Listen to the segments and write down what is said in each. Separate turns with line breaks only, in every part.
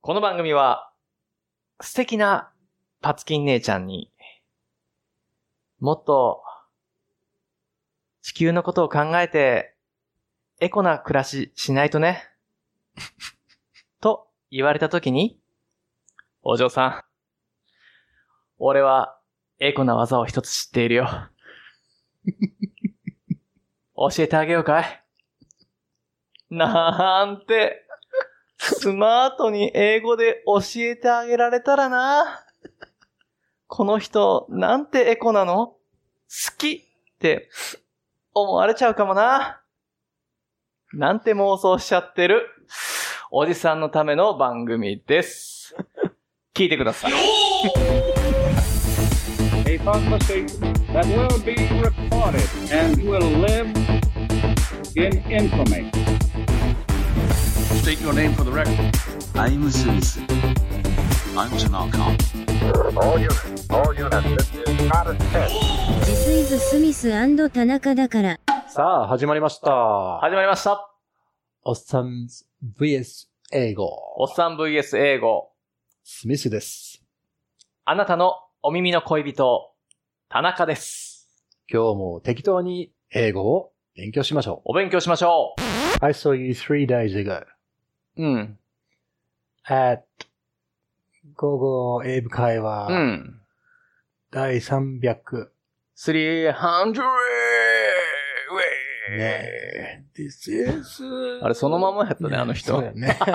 この番組は、素敵なパツキン姉ちゃんに、もっと、地球のことを考えて、エコな暮らししないとね。と言われたときに、お嬢さん、俺はエコな技を一つ知っているよ。教えてあげようかいなんて、スマートに英語で教えてあげられたらな。この人、なんてエコなの好きって思われちゃうかもな。なんて妄想しちゃってる、おじさんのための番組です。聞いてください。
a conversation that will be recorded and will live in infamy.
State your name for the record.
I'm Smith. I'm Jamal Khan.
All units, all units, this is not a test.
ジスイズ・スミス田中だから。
さあ、始まりました。
始まりました。
おっさん VS 英語。
おっさん VS 英語。
スミスです。
あなたのお耳の恋人、田中です。
今日も適当に英語を勉強しましょ
お勉強しましょ
う。I saw you three days ago
う。うん。
at 午後英語会話、
うん。
第300。
300!
ねえ。This is...
あれそのまんまやったね、あの
そ
人
うだ。よね。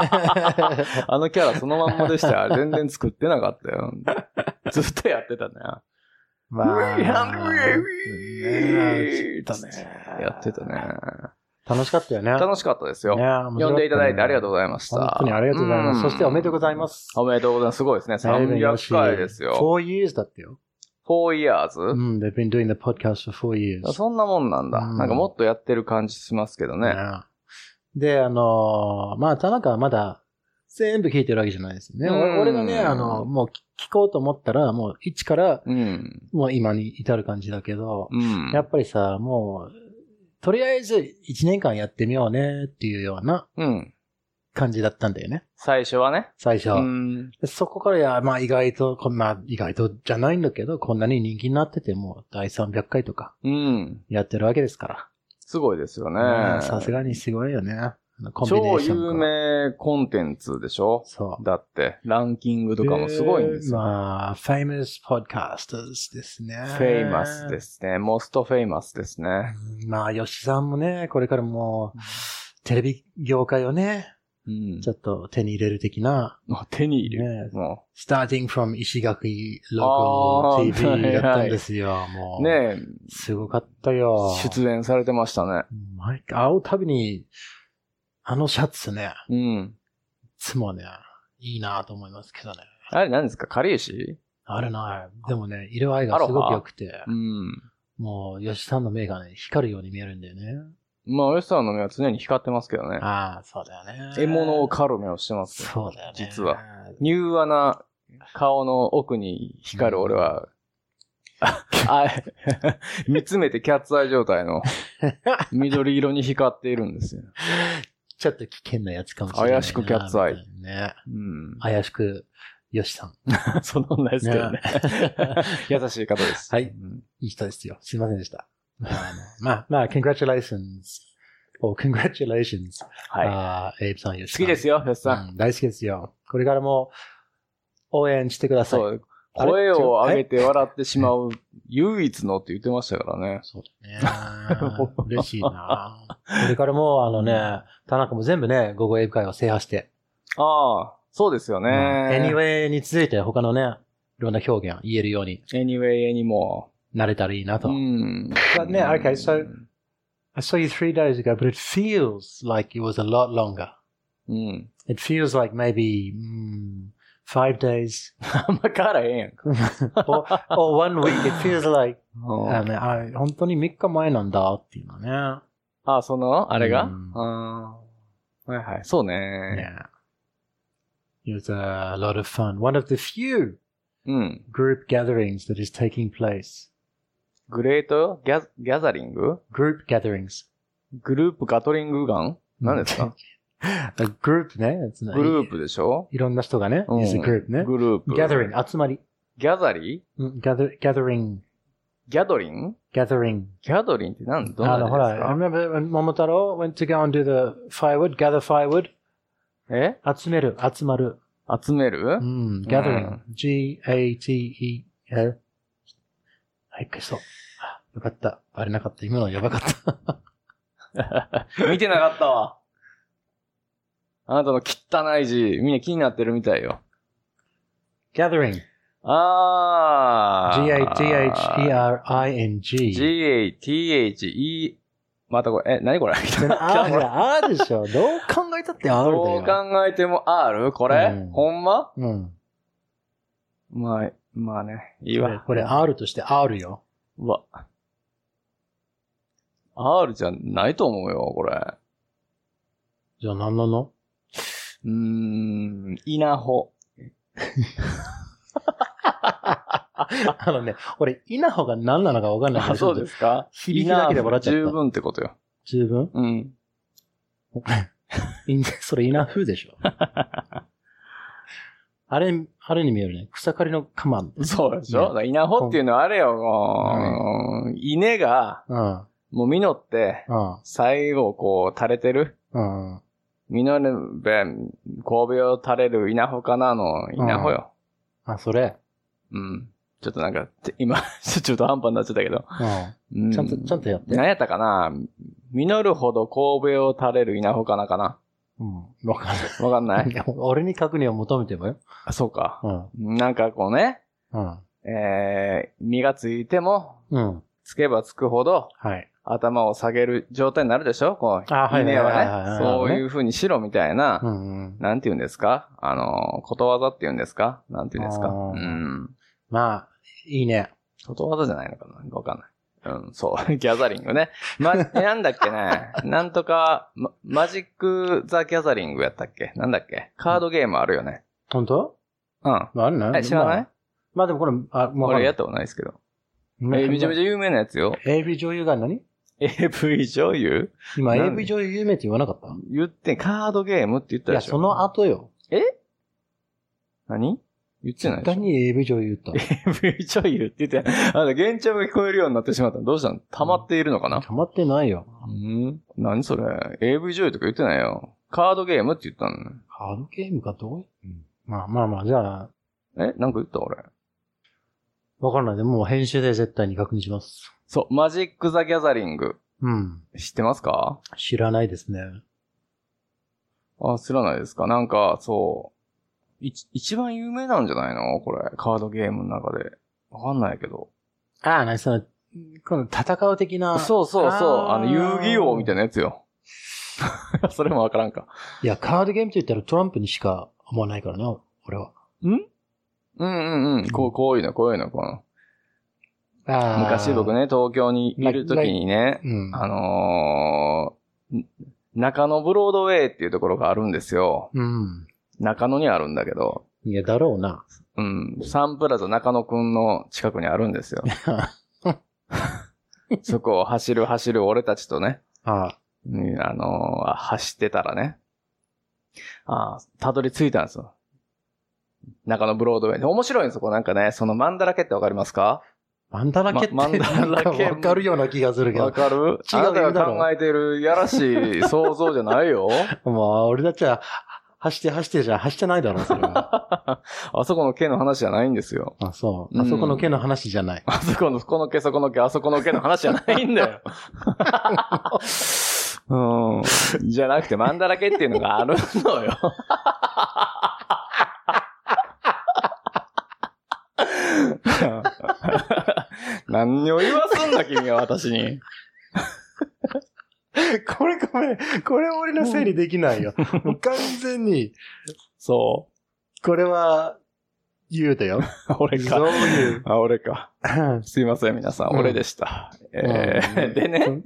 あのキャラそのまんまでしたよ。全然作ってなかったよ。ずっとやってたね。
まあ、ねえちょっとね
やってたね。
楽しかったよね。
楽しかったですよ。
ね
呼んでいただいてありがとう
う
ございました。
本当にありがとうございます。
ん
そしておめでとうございます。
おめでとうございます。すごいですね。300回ですよ。
4 years だってよ。
4 years?
うん、they've been doing the podcast for four years.
そんなもんなんだ。
うん
なんかもっとやってる感じしますけどね。
で、あのーまあ、田中はまだ全部聞いてるわけじゃないですよね。
うん
俺俺がね、あの、もう聞こうと思ったら、もう一から、
うん。
もう今に至る感じだけど、
うん。
やっぱりさ、もう、とりあえず一年間やってみようねっていうような
うん。
感じだったんだよね、
最初はね。
最初。
うん。
でそこからいや、まあ意外と、こんな、意外とじゃないんだけど、こんなに人気になってても、第300回とか
うん。
やってるわけですから。
すごいですよね。
うんさすがにすごいよね。あのコンビネ
超
ーションが
有名コンテンツでしょ
そう。
だって、ランキングとかもすごいんですよ。
まあ、famous podcasters ですね。。
フェイマスですすね。モストフェイマスですね。
まあ、吉さんもね、これからもう、テレビ業界をね、
うん
ちょっと手に入れる的な、
もう手に入れる。
ね、
も
starting from 石垣 local
あー
TV だったんですよ、も
う。
う。
ねえ、
すごかったよ。
出演されてましたね。
毎回、会うたびに、あのシャツね、
うん。
いつもね、いいなと思いますけどね。
あれ何ですかカリエシ
あれな、でもね、色合いがすごく良くて。
うん。
もう、吉さんの目がね、光るように見えるんだよね。
まあ、吉さんの目は常に光ってますけどね。
ああ、そうだよね。
獲物を狩る目をしてますね。
そうだよね。
実は。柔和な顔の奥に光る俺 は、あ見つめてキャッツアイ状態 の緑色に光っているんですよ。
ちょっと危険なやつかもしれないな。
怪しくキャッツアイ
みたいなね。
うん。
怪しく、吉さん。
そんなことないですけどね。 優しい方です。
はい
うん
いい人ですよ。すいませんでした。あのまあ、まあ、congratulations. o congratulations.
はい。
ああ、エイブさん、吉
好
さ
き
ん。
です
よ。
よ、吉さん。
大好きですよ。これからも、応援してください。
そ
そう
う。
あれ
声を上げて笑ってしまう 唯一のって言ってましたからね。
だね。 嬉しいな。これからも、あのね、田中も全部ね、午後エイブ会を制覇して、
ああ、そうですよね。
anyway に続いて他のね、いろんな表現言えるように
Anyway, anymore.
なれたらいいなと。
うん。
But ね okay, so- I saw you three days ago, but it feels like it was a lot longer.
うん。
It feels like maybe、five days
あんま変わらへんやんか。
or, or one week. It feels like
うん
あのねあ本当に3日前なんだっていうのね。
あ、その、あれが、
うん
ああ。はいはい。そうね。
Yeah. It was uh, a lot of fun. One of the few
うん。
group gatherings that is taking place.
グレートギャギャザリング
Group gatherings.
グループガトリングガン何ですか
グループね。つま
グ
り
ループでしょ
いろんな人がね。
うん
is a Oh, group ね。
グループ。
gathering, 集まり。
ギャザリー
うん gather- gathering,
ギャドリン
gathering. Ah,
ギャドリンって何どん
あ
な
の、ほ
やつ
ら、
ですか
I remember when Momotaro went to go and do the firewood, gather firewood.
え
集める、集まる。
集める、
うん、
う
Mm, gathering.
ん
E G-A-T-E-L. はい、消そう。あよかった。バレなかった。今のやばかった。
見てなかったわ。あなたの汚い字、みんな気になってるみたいよ。
gathering.
あー。
G-A-T-H-E-R-I-N-G.
G-A-T-H-E。またこれ、え、何これ
あ、ほら、あで しょ。どう考えたってあるだ
ど
よ。
う考えても R? これ、
うん
ほんま
うん。
まあ、まあね。いい
これ
わ。、
これ R として R よ。
うわ。R じゃないと思うよ、これ。
じゃあ何 なの
うーん、稲穂。
あのね、俺、稲穂が何なのか分かんない。。
あ、そうですすか
響きだけで笑っちゃった
稲穂十分ってことよ。
十分
うん。
いいんだ それ稲風で しょ。あれ、あれに見えるね。草刈りの鎌。うん。
そうでし
ね
ょ、だから稲穂っていうのはあれよ、もう、稲が、
うん。
もう実って、最後こう垂れてる
うん。うん
実れべ、神戸を垂れる稲穂かなの稲穂よ。
あ、それ。
うん。ちょっとなんか、て今、 ちょっと半端になっちゃったけど。
う。
うん
ちゃんと、ちゃんとやって。
何やったかな実るほど神戸を垂れる稲穂かなかな
うん。分かん
わかんな
ない。
い
いや俺に確認を求めてもよ。
あそうか。
うん。
なんかこうね、
うん。
えー、実がついても、
うん。
つけばつくほど、
はい。
頭を下げる状態になるでしょこう、
あはい
稲
はいはいはいは
はいね、そういう風にしろみたいな、
うんうん。
なんて言うんですかあの、ことわざって言うんですかなんて言うんですか
あー
うん。
まあ、いいね。
ことわざじゃないのかななんかわかんない。うん、そう。 ギャザリングね。ま、なんだっけ ね。なんとか、まマジック・ザ・ギャザリングやったっけなんだっけカードゲームあるよね。
本当
うん。
あるね。
え、知らない
まあまあでもこれ、あ、もう
俺やったことないですけど。
め
え、めちゃめちゃ有名なやつよ。
AV 女優が何
AV 女優
今
なん
AV 女優有名って言わなかった
言って、カードゲームって言ったで
いや、
しょ。
その後よ。
何言ってないで
絶対
しょ。
に AV 女優言った。
AV 女優って言って、あの、現状が聞こえるようになってしまったのどうしたの溜まっているのかな
溜まってないよ。
うん何それ ?AV 女優とか言ってないよ。カードゲームって言ったの
カードゲームかどううんまあまあまあ、じゃあ、
ね。えなんか言った俺。
わかんないで、もう編集で絶対に確認します。
そう、マジック・ザ・ギャザリング。
うん。
知ってますか
知らないですね。
あ、知らないですかなんか、そう。いち一番有名なんじゃないのこれ。カードゲームの中で。わかんないけど。
ああ、なにその、この戦う的な。
そうそうそう。あ
あー
の、遊戯王みたいなやつよ。 それもわからんか。
いや、カードゲームと言ったらトランプにしか思わないからね、俺は。
うんうんうん。こう、こういうの、こういうの、この。
ああ。
昔僕。ね、東京にいる時にね、
うん。
あのーん中野ブロードウェイっていうところがあるんですよ。
うん。
中野にあるんだけど、
いや、だろうな。
うん、サンプラザ中野くんの近くにあるんですよ。そこを走る走る俺たちとね、
ああ。
うんあのー走ってたらね、あーたどり着いたんですよ。中野ブロードウェイで。面白いんですよ、こうなんかね、そのマンダラケってわかりますか
マンダラケって、
まマ
な
ンダ
ん
ラ
か
ケ
わかるような気がするけ
わ
ど。
かるあなたが考えてるやらしい想像じゃないよ。
もう、俺たちは、走って走ってじゃ走ってないだろう、それ は。
あそこの毛の話じゃないんですよ。
あ、そうう。
ん
あそこの毛の話じゃない。
あそこの、この毛、そこの毛、あそこの毛の話じゃないんだよ。うん。じゃなくて、マンダラ毛っていうのがあるのよ。何を言わすんだ、君は私に。
これごめん。これ俺のせいにできないよ。もう完全に、
そ
これは、言うだ よ。
う。俺
そ
か。
ういう。
あ、俺か。すいません、皆さん。
うん
俺でした。えーでね、
ね。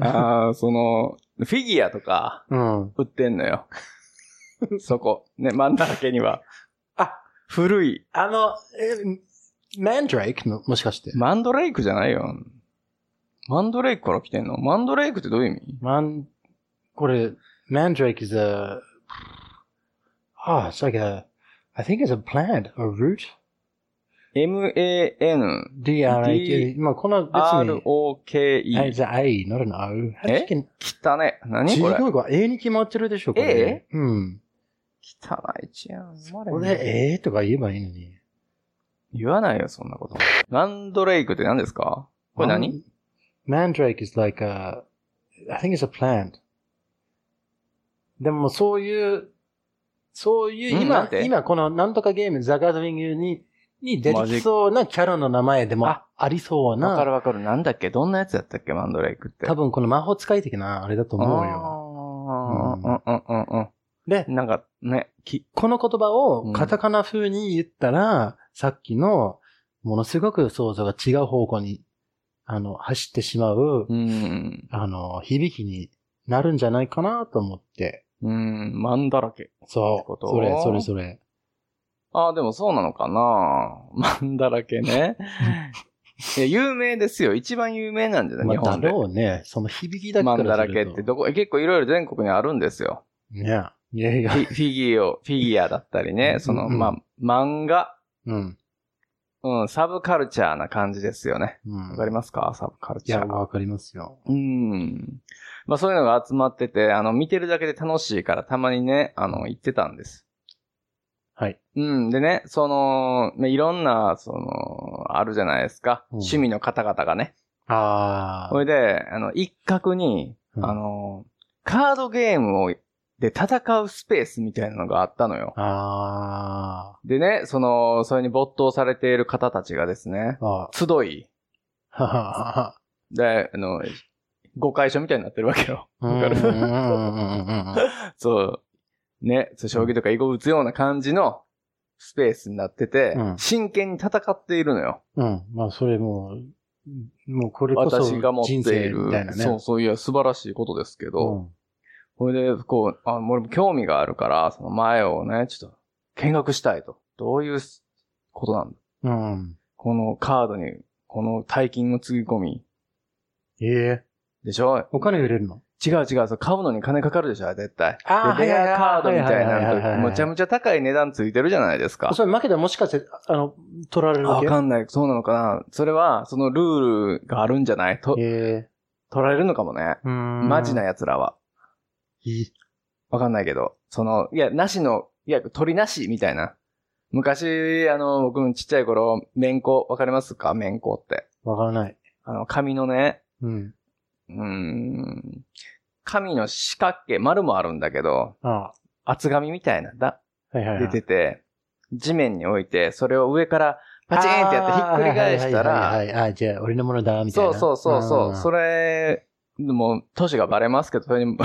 あーその、フィギュアとか
うん。
売ってんのよ。 そこ。ね、真ん中には。
あ、
古い。
あの、え、マンドレイクの、もしかして。
マンドレイクじゃないよ。マンドレイクから来てんのマンドレイクってどういう意味
マン、これ、 Mandrake is a. Ah, it's like a. I think it's a plant, a root.
M-A-N-R-O-K-E
D R A K.
D-
まあこの別に。あ、it's a A, not an O.
え
How
汚ね。何これ
授業が A に決まってるでしょ、これ。うん。
汚いじゃん。生まれ
こ
ん
れ、えーとか言えばいいのに。
言わないよ、そんなこと。マンドレイクって何ですかこれ何
?Mandrake is like a, I think it's a plant. でもそういう、そういう、
うんな
今
ん、て
今このなんとかゲーム、ザ・ガードリングに、に出てきそうなキャラの名前でも
あ
ありそ
わ
う
かる
な、
わかる。なんだっけどんなやつやったっけマンドレイクって。
多分この魔法使い的なあれだと思うよ。
よ。うんうんうんうん
で
うん。、なんかね、き、
この言葉をカタカナ風に言ったら、さっきのものすごく想像が違う方向に、あの、走ってしまう、
うん。
あの、響きになるんじゃないかなと思って。
うん、マンだらけ。って
そ
こ
う。
と
それ、それ、それ。
ああ、でもそうなのか なマンだらけね。いや、有名ですよ。一番有名なんじゃない
ま
日
あ、だ
本で。
ろうね。その響きだけ
マ
からす
ン
る
だ
と
らけってどこ、結構いろいろ全国にあるんですよ。
ねいや
フ
いや。
ィフィギュア、フィギュアだったりね、その、
うんうん
まあ、漫画、
うん。
うん、サブカルチャーな感じですよね。
うん。
わかりますかサブカル
い
チャ
や、
ー。
わかりますよ。
うん。まあそういうのが集まってて、あの、見てるだけで楽しいから、たまにね、あの、行ってたんです。
はい。
うん。でね、その、まあいろんな、その、あるじゃないですか。
うん
趣味の方々がね。
あ
それで、あの、一角に、
うん
あの、カードゲームを、で戦うスペースみたいなのがあったのよ
あ。。あ
でね、その、それに没頭されている方たちがですね、
あ。あ
集い。
あ。はは
で、あの、ご会所みたいになってるわけよ。
は。
わかる
うんうんうんうんうん
そう。ね、そう将棋とか囲碁打つような感じのスペースになってて、
うん
真剣に戦っているのよ。
うん。うん。まあ、それもう、もうこれこそ
私が持ってい
人生
る。
みたいなね。
そうそう、いや、素晴らしいことですけど、
うん。
これで、こう、あ、俺も興味があるから、その前をね、ちょっと見学したいと。どういうことなんだ
うん。
このカードに、この大金のつぎ込み。
ええ。
でしょ
お金を入れるの
違う違う、そう買うのに金かかるでしょ絶対。
あー
でレ
はいはいは
ア
い
カードみたい
はいはいはいはい
な
は
のと、
い
むちゃむちゃ高い値段ついてるじゃないですか。
それ負けたらもしかして、あの、取られるわ
わ
け
かんない。そうなのかなそれは、そのルールがあるんじゃないと、
ええ。
取られるのかもね。マ
マ
ジな奴らは。
いい。
わかんないけど。その、いや、なしの、いや、取りなし、みたいな。昔、あの、僕のちっちゃい頃、面子、わかりますか面子って。
わからない。
あの、紙のね、
うん。
うーん、紙の四角形、丸もあるんだけど、
あ
厚紙みたいな、だ、
あ。はいはい、はい。
出てて、地面に置いて、それを上からパチンってやってひっくり返した
あー
ら
は、いはいはいはい、あ、じゃあ俺のものだ、みたい
そ
な。
うそうそうそう。そ
れ。
れ、もう、都市がバレますけど、それに、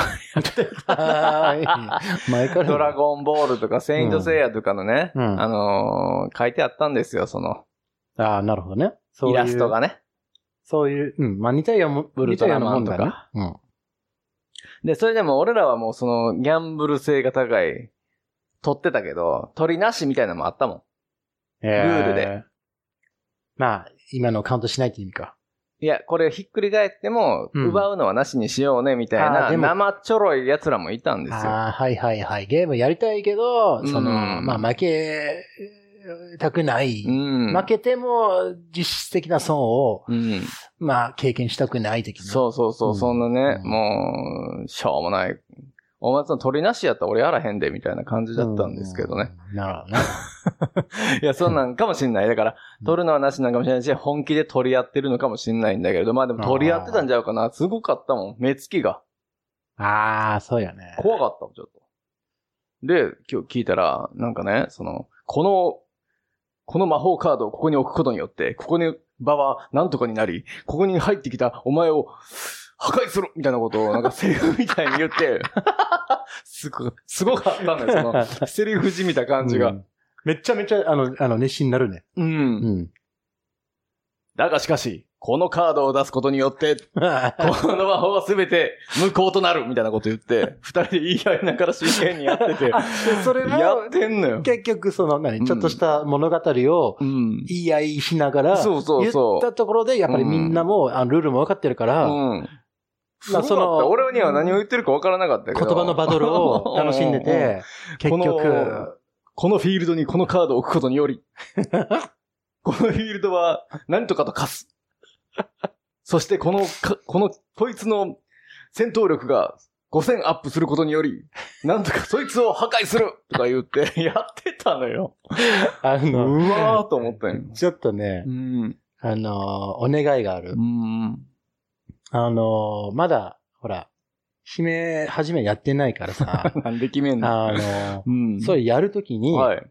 はい前から。
ドラゴンボールとか、セイントセイヤとかのね、
うん
あのー書いてあったんですよ、その、
ン。ああ、なるほどね。そうい
イ
う
ラスト。がね。
そういう、うん。まあ似たようなも、
ウル
似
ト
た
ラ
ような
マ
も
ン
ん
と
だ
か
ね。うん。
で、それでも俺らはもうその、ギャンブル性が高い、取ってたけど、取りなしみたいなのもあったもん。
ルー
ルで。
まあ、今のカウントしないって意味か。
いや、これひっくり返っても、
うん
奪うのはなしにしようね、みたい
あ
な、
ーでも
生ちょろい奴らもいたんですよ。
ああ、はいはいはい。ゲームやりたいけど、その、
うん
まあ負けたくない。
うん。
負けても実質的な損を、
うん。
まあ経験したくない的な。
そうそうそう、
うん
そんなね、
うん
もう、しょうもない。お前その鳥なしやったら俺やらへんで、みたいな感じだったんですけどね。
うん。なるほどね。
いや、そんなんかもしんない。だから
う、ん
取るのはなしなんかもしれないし、本気で取り合ってるのかもしんないんだけれど、まあでも取り合ってたんちゃうかな。すごかったもん。目つきが。
ああ、そうよね。
怖かったもん、ちょっと。で、今日聞いたら、なんかね、その、この、この魔法カードをここに置くことによって、ここに場はなんとかになり、ここに入ってきたお前を破壊するみたいなことを、なんかセリフみたいに言って、すご、すごかったんだよ、その、セリフじみた感じ
う
が。
んめっちゃめちゃ、あの、あの、熱心になるね。
うん。
うん。
だがしかし、このカードを出すことによって、この魔法は全て無効となるみたいなこと言って、二人で言い合いながら真剣にやって て、
それ
や
は
っ、てんのよ。
結局、その、
うん
何、ちょっとした物語を
うん。
言い合いしながら、
そうそうそう
言ったところで、やっぱりみんなも、あのルールも分かってるから、
うん。
まあ
そ
そ
の
の
俺には何を言ってるか分からなかったけど。
言葉のバトルを楽しんで
うんうん
て、結
この
局、
このフィールドにこのカードを置くことによ り、このフィールドは何とかと貸す。そしてこのか、この、こいつの戦闘力が5000アップすることにより、なんとかそいつを破壊するとか言って やってたのよ。
あ
う
の、
わーと思ったよ。
ちょっとね
う、ん。
あの、お願いがある
う。ん。、
あの、まだ、ほら、姫、初めやってないからさ
なんで決めんの
あの、
うん
そうやるときに、
はい。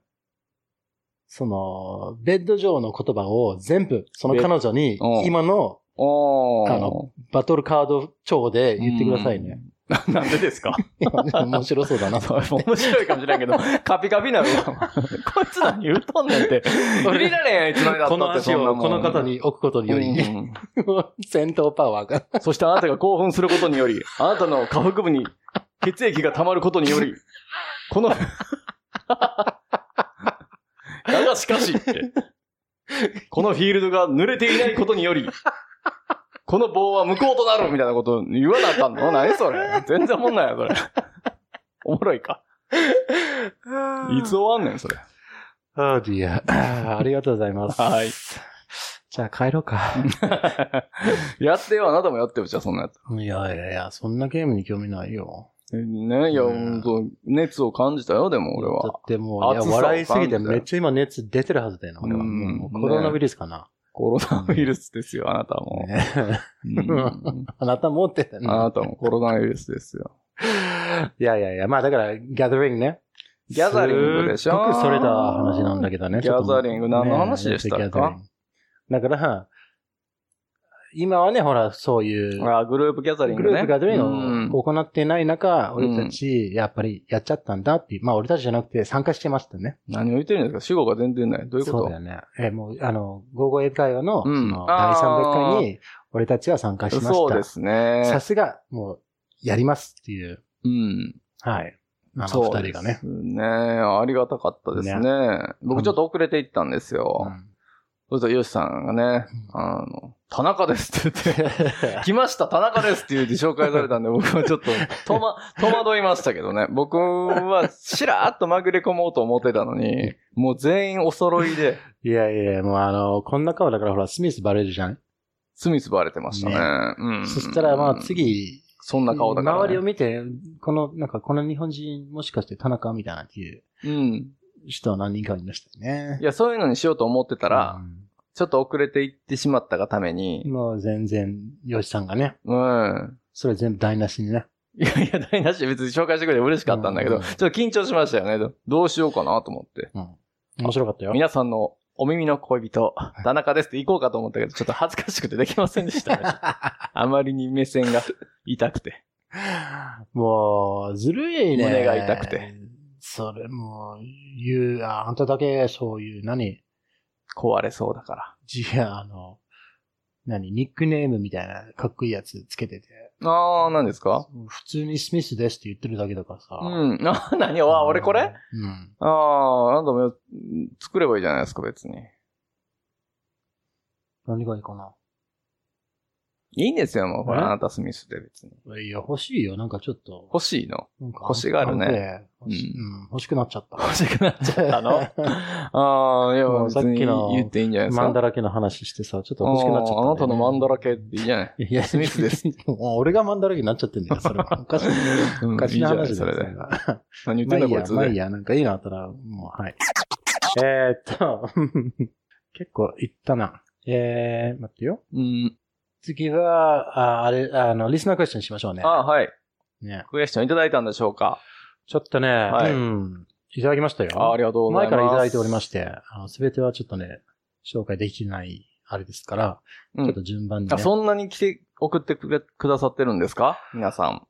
その、ベッド上の言葉を全部、その彼女に
うん、
今の
おー
あのバトルカード帳で言ってくださいね。
うん。なんでですか
面白そうだなと。
面白いかもしれんけど、カピカピなるよ。 こいつ何言うとんねんって。入れられんやん、いつまでだったって
この足
そんな
を
もん
この方に置くことにより、
うん
戦闘パワーが。
そしてあなたが興奮することにより、あなたの下腹部に血液が溜まることにより、この、だ がしかしって、このフィールドが濡れていないことにより、この棒は無効となるみたいなこと言わなあかんの何それ全然おもんないよ、それ。おもろい か。いつ終わんねん、それ。
あありがとうございます。
はい。
じゃあ帰ろうか。
やってよ、あなたもやってよ、じゃあ、そんなやつ。
いやいやいや、そんなゲームに興味ないよ。
ね、いや、ほ
うん
んと、熱を感じたよ、でも俺
だ
は。
ってもう、いや
暑さを
笑いすぎて
感じたよ
めっちゃ今熱出てるはずだよな、俺は。
うん
もうコロナウイルスかな。
コロナウイルスですよ、あなたも。
ね
うん
あなた持ってた
あ
な。
なたもコロナウイルスですよ。
いやいやいや、まあだから、ギャザリングね。
ギャザリングでしょ
すっごくそれた話なんだけどね。
ギャザリング
ちょっと
何の話でしたか
ねギャザリングだから、今はね、ほら、そういう、
あグループギャザリン
グ
グ
ル
ね。
ープガドリン
うん
グを行ってない中、俺たち、やっぱりやっちゃったんだっていう、まあ俺たちじゃなくて参加してましたね。
何を言ってるんですか主語が全然ない。どういう
そう
こ
だよね。え、もう、あの、午後英会話の、そ
うん
の、
あ
第
ー
300回に、俺たちは参加
と
しました。
そうですね
さ。すが、もう、やりますっていう、
うん。
はい。あの、
そ
二
う
人がね
で。すね。ありがたかったですね。僕ちょっと遅れて行ったんですよ。そしたらヨシさんがね、あの、田中ですって言って、来ました、田中ですって言うて紹介されたんで、僕はちょっと戸,、ま、戸惑いましたけどね。僕はしらーっとまぐれ込もうと思ってたのに、もう全員お揃いで、
いやいやいや、もうあの、こんな顔だからほら、スミスバレるじゃん。
スミスバレてましたね。うん。
そしたらまあ、次、
そんな顔だから、ね。
周りを見て、この、なんかこの日本人もしかして田中みたいなっていう
うん。
人は何人かいましたね
い。や、そういうのにしようと思ってたら、
うん
ちょっと遅れて行ってしまったがために、
もう全然、ヨシさんがね、
うん。
それ全部台無しにね。
いやいや、台無し別に紹介してくれて嬉しかったんだけど、
うん
ちょっと緊張しましたよね。どどうしようかなと思って。
面白かったよ。
皆さんのお耳の恋人、田中ですって行こうかと思ったけど、ちょっと恥ずかしくてできませんで したね。あまりに目線が痛くて。
もう、ずるいね。
胸が痛くて。
それもう、言う、ああんただけそういう、何
壊れそうだから。
じあの、何ニックネームみたいなかっこいいやつつけてて。
あー、何ですか
普通にスミスですって言ってるだけだからさ。
うん。 あ、何あ、俺これ
うん。
あー、なんだもよ作ればいいじゃないですか、別に。
何がいいかな。
いいんですよ、もう。これ
え
あなたスミスで別に。
いや、欲しいよ。なんかちょっと。
欲しいの。
なんか
欲しがるね
なんで欲し
う
うん。欲しくなっちゃった。
欲しくなっちゃったの あー、いや、
もう
別
さっきの
に言っていいんじゃないですか。
マンだらけの話してさ、ちょっと欲しくなっちゃったんだよ
あ
ね、
ーあなたのマンダラ系っていいじゃない。
いや、
スミスです。
もう俺がマンだらけになっちゃってんだよ、それは。おかしい。
うん
おかしい
いい
話
じゃ
だ
な
よ、
いそれで
れは
何言っ
ま
て
あ
ん
い
だ
い
こい
や、
つ
まあいい
で。
や、なんかいいのあったら、もう、はい。えーっと、 結構いったな。えー、待ってよ。
うん。
次は、ああれ、あの、リスナークエスチョンしましょうね。
あー、はい。
ね
クエスチョンいただいたんでしょうか。
ちょっとね、
はい
うん、いただきましたよ。
あーありがとうございます。
前からいただいておりまして、すべてはちょっとね、紹介できない、あれですから、
うん
ちょっと順番に、ね
あ、そんなに来て、送ってくれ、くださってるんですか皆さん。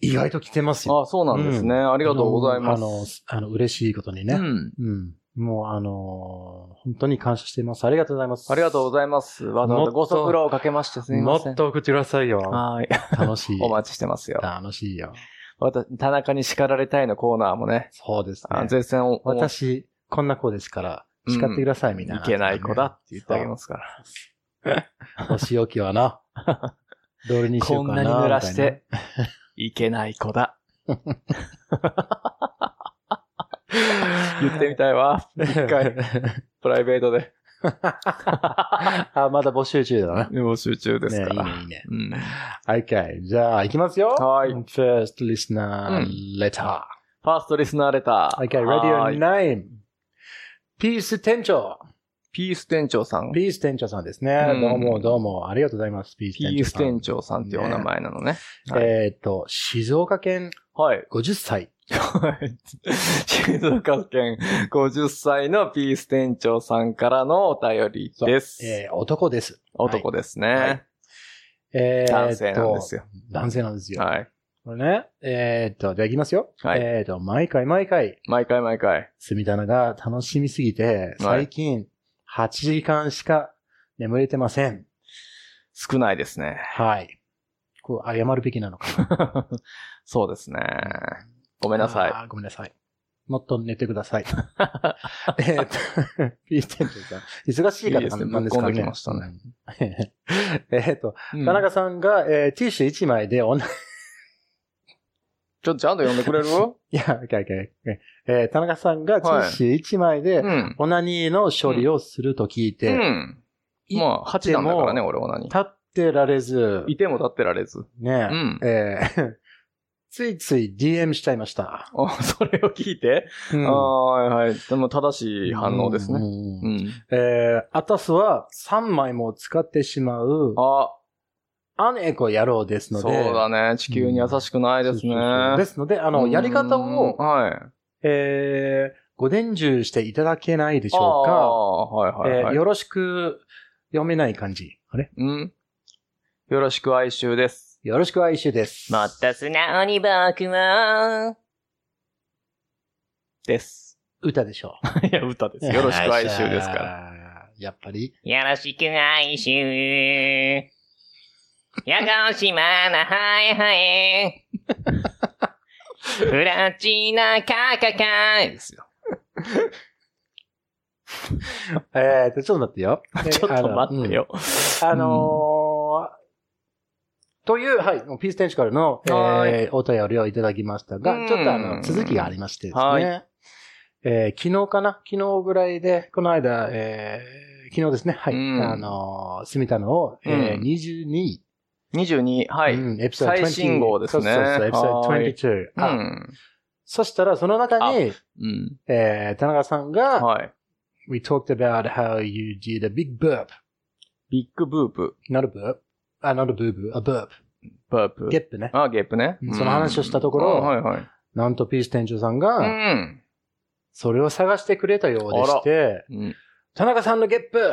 意外と来てますよ。
あ、そうなんですね。あ
あ
りがとうございます。
あの、あの嬉しいことにね。
うん。
うん。もう、あのー本当に感謝しています。ありがとうございます。
ありがとうご
ざ
ざ
い
います。わざわざご足労をかけましてすみません。
もっと送ってくださいよ。
はい。
楽しい。
お待ちしてますよ。
楽しいよ。
私、田中に叱られたいのコーナーもね、
そうです
あ
ね。
絶戦を、
私、こんな子ですから、
うん
叱ってください、みたいな、
いけない子だって言ってあげますから。
そう。お仕置きはな。どれにしよ
こ
うんか
な
な。
に濡らし
みたいな
て。、いけない子 だ。言ってみたいわ。一回、プライベートで。
あ、まだ募集中だな。
もう集中ですから。
ねいいね、いいね。
うん、
Okay. じゃあ、いきますよ。
はい
First
う
listener
ん
letter.
ファーストリスナーレター。
Okay,
は
radio
い
name. ピース店長。
ピース店長さん。
ピース店長さんです
う
ね。
ん
どうもどうも。ありがとうございます。ピース
ピ
店
ー
長
ス
さ
店長さ
ん。
んっていうお名前なのね。はい。
えっと、静岡県
はい。
50歳。
静岡県50歳のピース店長さんからのお便りです。
えー男です。
男ですね、
はいえーと
男性なんですよ。
男性なんですよ。
はい。
これね。えっと、じゃあいきますよ。
はい
えっと、毎回毎回、
毎回毎回。
住棚が楽しみすぎて、
はい
最近8時間しか眠れてません。
少ないですね。
はい。こう、謝るべきなのか
そうですね。ごめんなさい。
あーごめんなさい。もっと寝てください。 えーっと、 ピース店長さん。忙しいからなんなんですか
いい
ね。
ですねぶっ込ん
うん えーっと、
うん
田中さんが、えーティッシュ1枚で女、い
ちょっとちゃんと呼んでくれる
や、いやいやいやえー田中さんがティッシュ1枚で、
うん。
オナニーの処理をすると聞いうて、
ん。
い
まあ、8なんだからね、俺は何。
立ってられず、
いても立ってられず。
ね、
うん
えー ついつい DM しちゃいました。
あそれを聞いて、
うん
ああはいはい。でも正しい反応です
うん
ね。
うんうん
うん。
えー、アタスは3枚も使ってしまう、
あ、
アンエコ野郎ですの
そう
で。
だね。地球に優しくないですね。
そうそうそうですので、あ
あ
の、やり方を、
はい。
えー、ご伝授していただけないでし
あ
ょ
あはい
うんか。
はい
え
は
ー
い。
よろしく読めない感じ。あれ
うん。よろしく哀愁です。
よろしく哀愁です。
もっと素直に僕を。です。
歌でしょ
いや、歌で
う。
す。 よろしく哀愁ですから。
ら。 やっぱり。
よろしく愛しゅう。やがおしまなはえはえ。プラチナカカカイ。
ですよ。。
えーと、ちょっと待ってよ
ちょっと待ってよ。
えー。あのうんあのーという、はい、もうピース天使からの、え
は
ー、お便りをいただきました
うん
が、ちょっとあの、続きがありましてです
は
ね。えー昨日かな昨日ぐらいで、この間、えー昨日ですね、はい、
うん
あのー、住田のを、え
う
ー
ん
22、
22、はい。う。
うんんエピソード20
最新号ですね
そうそうそう、エピソ
はい
ード22。あ、そしたら、その中に、
うん。
えー田中さんが、
はい。
We talked about how you did a big burp.
ビッグブープ。
Not a burp. あ、not a boo boo. A burp.
ブープ。
ゲップね。
あ、ゲップね。
うんその話をしたところ
うんはいはい。
なんとピース店長さんが、
うん
それを探してくれたようでして、
うん。
田中さんのゲップ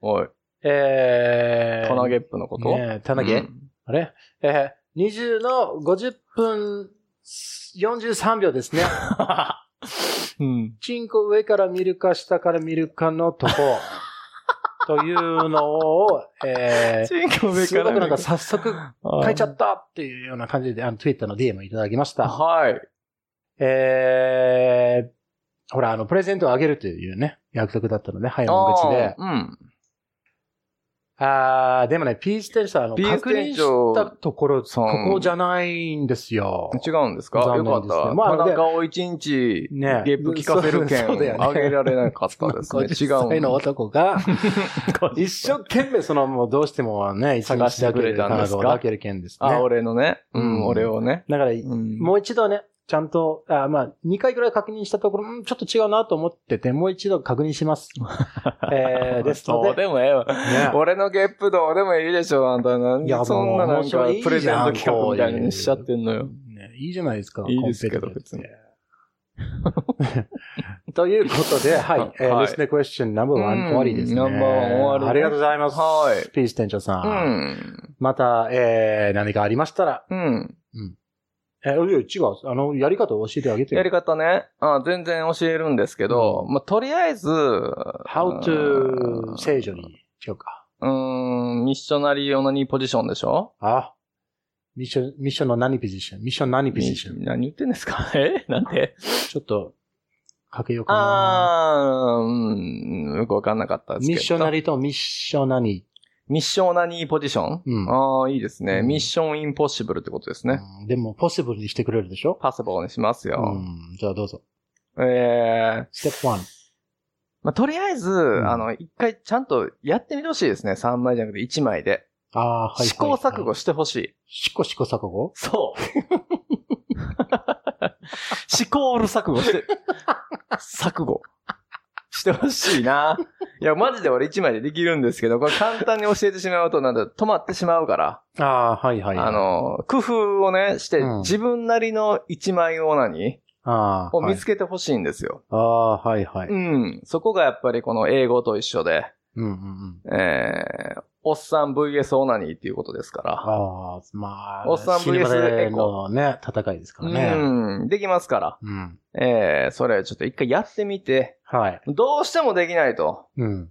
おい、
えー、
トナゲップのこと
ねえ田中ゲ、
うん
あれえー、20の50分43秒で すね。
うん。
チンコ上から見るか下から見るか のとこ、というのを、えー、
チンコ上
すご
か
く
ら
なんか
見る
早速書いちゃったっていうような感じで、あの、Twitter の DM をいただきました。
はい。
えー、ほら、あの、プレゼントをあげるというね、約束だったのね、早いもん
あ
勝ち
ー
で。
うん。
あー、でもね、ピース店長さん、あの、
ピース
確
店
認
長
したところ、
さ
こ
ん
こじゃないんですよ。
違うんですか
残
よか
念
っ
ですね
た。
まあ
田中を一日、
ね
ゲップ聞かせる
そ
券
うそうだよね
あげられなかった ですね。違
50歳の
う。
男が、一生懸命、その、もうどうしてもね、一
探してくれたんですか
だける件ですね
あ、。俺のね。う、
うんん
俺をね。
だから、
うん
もう一度ね、ちゃんと、あまあ、2回くらい確認したところ、うんちょっと違うなと思ってて、もう一度確認 します。えー、です
ど
の
う
で、
でもええわ。
ね
俺のゲップどうでもいいでしょ、あんた。なん
い
で
や
そんなな
も
ん
う
か
面白いじゃん
プレゼント企画みたいにしちゃってんのよ。
ね、いいじゃないですか。
いいですけど
コンペティブって。ということ で、はい。えー
はい
listener question number
うん
one 終わりですね。
ナンバーワン終わり
ありがとうございます。
はい
ピース店長さ。
うんん。
また、えー、何かありましたら、
うん。
えー、いや違う、あの、やり方を教えてあげて
や
よ
り方ね。あ全然教えるんですけど、まあ、とりあえず、
How
うん
to 聖女に、違うか。
うーん、ミッショナリーオナニーポジションでしょ
あ、ミッション、ミッションの何ポジションミッション何ポジション
何言ってんですか えなんて
ちょっと、かけようかな。
あー、うん、よくわかんなかったですけど。
ミッショナ
リ
リとミッショナニ
ミッションオナニーポジション、
うん
ああ、いいですね、
うん
ミッションインポッシブルってことですね。
うんでも、ポッシブルにしてくれるでしょ
パスボーにします
う
よ。
ん。じゃあどうぞ。
ええ
ステップ1。
まあ、とりあえず、
ん
あの、一回ちゃんとやってみてほしいですね。3枚じゃなくて1枚で。
ああ、はいはい。
試行錯誤。してほしい。
試行試行錯誤
そう。 試行錯誤して、錯誤。してほしいな。 いや、マジで俺1枚でできるんですけど、これ簡単に教えてしまうと、なんだ、止まってしまうから、
ああ、はいはい。
あ、の、工夫をね、して、
うん
自分なりの1枚を何
ああ、
を見つ
け、
けてほしいんですよ。
ああ、はいはい。
うん。そこがやっぱりこの英語と一緒で、
うんうんうん。
えー、おっさん VS オナニーっていうことですから。
ああ、まあ、
おっさん VS
死ぬまで
エコ
のね、戦いですからね。
うん。できますから。
うん。
えー、それちょっと一回やってみて、
はい。
どうしてもできないと。
うん。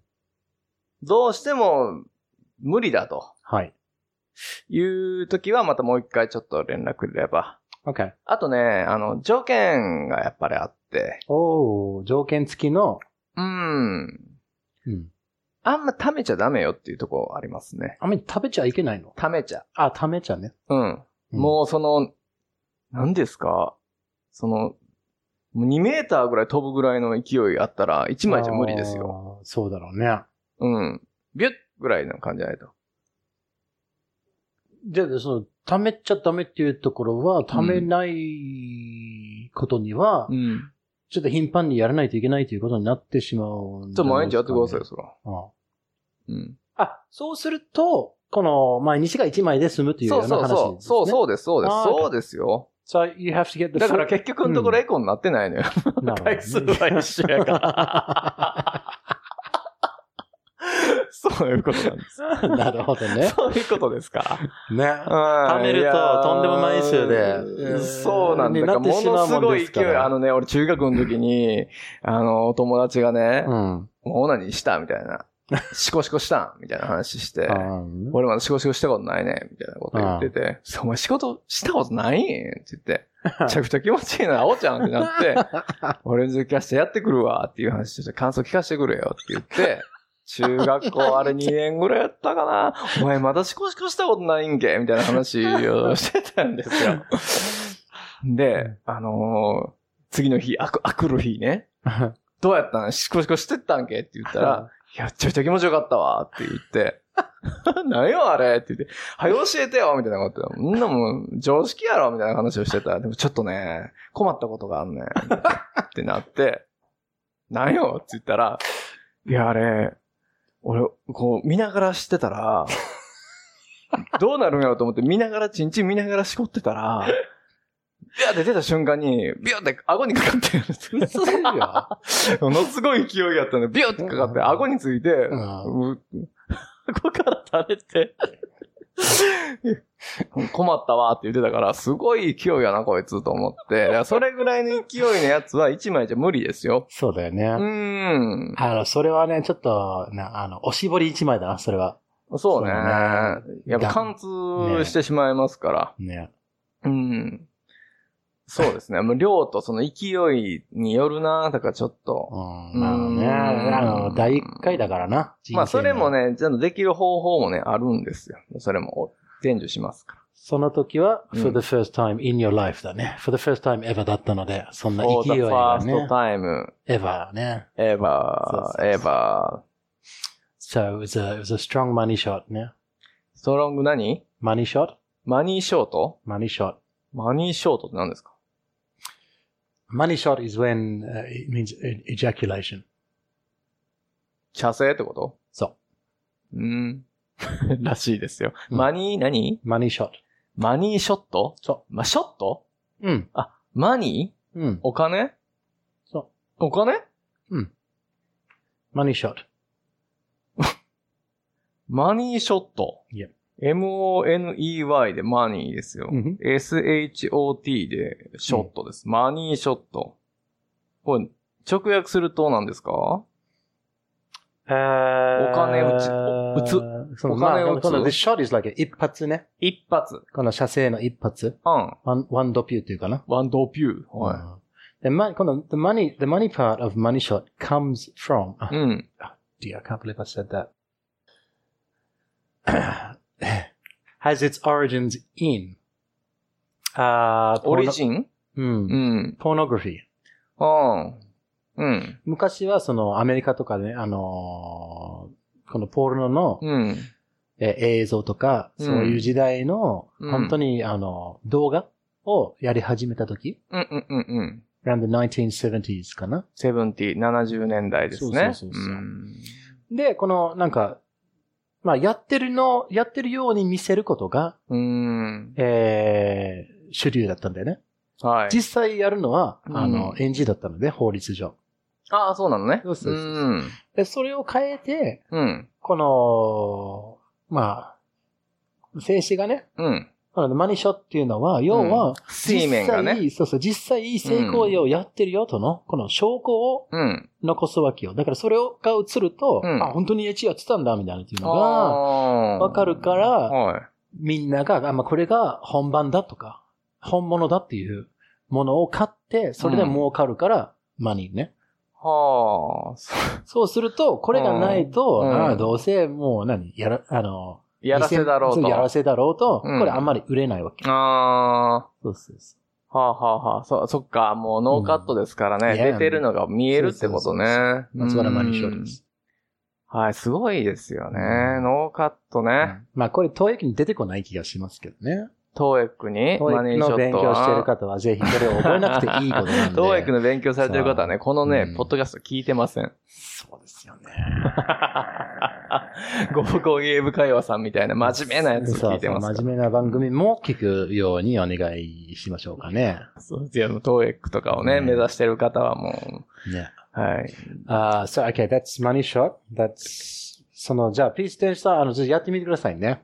どうしても無理だと
はい。
いう時はまたもう一回ちょっと連絡くれれば。
OK。
あとね、あの、条件がやっぱりあって。
おお条件付きの、
うん。
うん。
あんま溜めちゃダメよっていうとこありますね。
あんまり食べちゃいけないの
溜めちゃ。
あ、食べちゃね。
うん。
うん
もうその、何ですかその、もう2メーターぐらい飛ぶぐらいの勢いあったら1枚じゃ無理ですよ。
よ。そうだろうね。
うん。ビュッぐらいの感じじゃないと。
じゃあ、その、貯めちゃダメっていうところは、貯めないことには、
うん。
ちょっと頻繁にやらないといけないということになってしまう
ちょ
ん
っと毎日やってください
よ
よ、そら。うん。
あ、そうすると、この、毎日が1枚で済むというような話です、ね。
そうそうそう。そうそうです、そうです。
あー
そうですよ。
So you have to get the
だから
結
結局のところエコになってないのよ。
構、なるほどね
回数は一緒やから。 そういうことなんです。
なるほどね。
そういうことです か。
ね。
貯
めるととんでもない数で
そうなんだ
にな
か
って
も
しま
の
う
す
もん
ご
で
い
すか
勢い。
ら
あのね、俺中学の時に、あの、お友達がね、
うん。
もうオナニーしたみたいな。シコシコしたみたいな話して。
うん
俺まだ仕事したことないね、みたいなこと言ってて、お前仕事したことないんって言って、めちゃくちゃ気持ちいいな、おちゃんってなって、俺のキャストやってくるわっていう話して、感想聞かせてくれよって言って、中学校あれ2年ぐらいやったかな、お前まだシコシコしたことないんけみたいな話をしてたんですよ。で、あのー次の日、あく、あくる日ね、どうやったんシコシコしてったんけって言ったら、いや、めちゃくちゃ気持ちよかったわって言って、 何よあれって言って、はい、教えてよみたいなこと言って。んなもん、常識やろみたいな話をしてたら、でもちょっとね、困ったことがあんねん。ってなって、何よって言ったら、いや、あれ、俺、こう、見ながらしてたら、どうなるんやろうと思って、見ながら、ちんちん見ながらしこってたら、ビャーって出た瞬間に、ビューって顎にかかって、
嘘よ。
ものすごい勢いやったんで、ビューってかかって、顎について、
うん
う顎から垂れて、困ったわって言ってたから、すごい勢いやな、こいつと思って。いやそれぐらいの勢いのやつは1枚じゃ無理ですよ。
そうだよ
うー
ね。
ん。
あの、それはね、ちょっと、な、あの、おしぼり1枚だな、それは。
そうね。
そうね
やっぱ貫通してしまいますから。
ね。
うん。そうですね。もう量とその勢いによるな、だからちょっ
う
と。
ん。まあね、あの、第1回だからな。人生の
まあそれも。ね、ちゃんとできる方法もね、あるんですよ。それも伝授しますから。
その時は、
うん
for the first time in your life だね。for the first time ever だったので、そんな
For
勢
the
いがね
first。time
ever ね。
ever,
そうそうそう
ever.
So it was a, it was a strong money shot ね。
ストロング何
money shot?
マニーショート
money shot.
マニーショートって何ですか
money shot is when、uh, it means e- ejaculation.
茶声ってこと。
そう
うん。 らしいですよ。
うん
マニー、何
う。money shot.
マニーショット
そ
ま、ショット
う。うん。
あ、マニー
うん。
お金
そ
お金
う。money shot.
マニーショット。
いや
money でマニーですよ。
うん
shot でショットです。マニーショット。これ、直訳すると何ですか
えー
お金打ちお打
つ。その
お
お
金
金
を
を
打つ
打つ。この this shot is like a 一発ね。
一発。
この射精の一発。
うん。
one, one dop u っていうかな。
ワンドピュー。
う
は
ん。The money, この the money, the money part of money shot comes from,
い。うん。
dear, I can't believe I said that. has its origins in.
あー、
オリ
ン。
ジン
う。
うんん。
pornography。
あーうん。
昔はそのアメリカとかで、あのーこのポルノの、
うん。
えー映像とか、
うん
そういう時代の、
うん
本当に、あの、動画をやり始めた時、
うんうんうんうん。
around the 1970s かな。
セブンティー、70年代ですね。
そうそうそうそうんで、この、なんか、まあ、やってるの、やってるように見せることが、
うーん。
えー、主流だったんだよね。
はい。
実際やるのは、
うん
あの、NG だったので、法律上。
ああ、そうなのね。
そうそうそうそ
ん
で、それを変えて、
うん。
この、まあ、静止がね、
うん。
あのマニショっていうのは、要は、
うん、水面が
実
ね。
際、そうそう、実際性行為をやってるよとの、この証拠を
うん。
残すわけよ。だからそれをが映ると、
うん
あ、本当に H やってたんだ、みたいなっていうのが、
あ、
わかるからら、
はい。
みんなが、あ、まあ、これが本番だとか、本物だっていうものを買って、それで儲かるから、マニーね。
はあ、そ
そうすると、これがないと、
うん
ああどうせもう何、やら、あの、
うやらせだろう
そ
と。
やらせだろうと、
うん
これあんまり売れないわけ。
ああ、は
そうそうそう。
あはあはあ、そ、そっか、もうノーカットですからね。
うん
出てるのが見えるってことね。
松原マニーショーです。
うんはい、すごいですよね。
うん
ノーカットね。
まあこれ、東駅に出てこない気がしますけどね。
トーエックに
東
マニ
駅
ーショット
の
は
勉強してる方はぜひそれを覚えなくていいことなん で。
トーエックの勉強されてる方はね、このね、
うん
ポッドキャスト聞いてません。
そうですよね。
ゴーゴーゲーム会話さんみたいな真面目なやつを聞いてます
そう
か
そう真面目な番組も聞くようにお願いしましょうかね。
ら。そういやトーエックとかをね、
うん
目指してる方はも
ね。
う、はい。
あ、so, okay, that's money shot. That's, その、じゃあ、ピース店長さん、あの、ちょっとやってみてくださいね。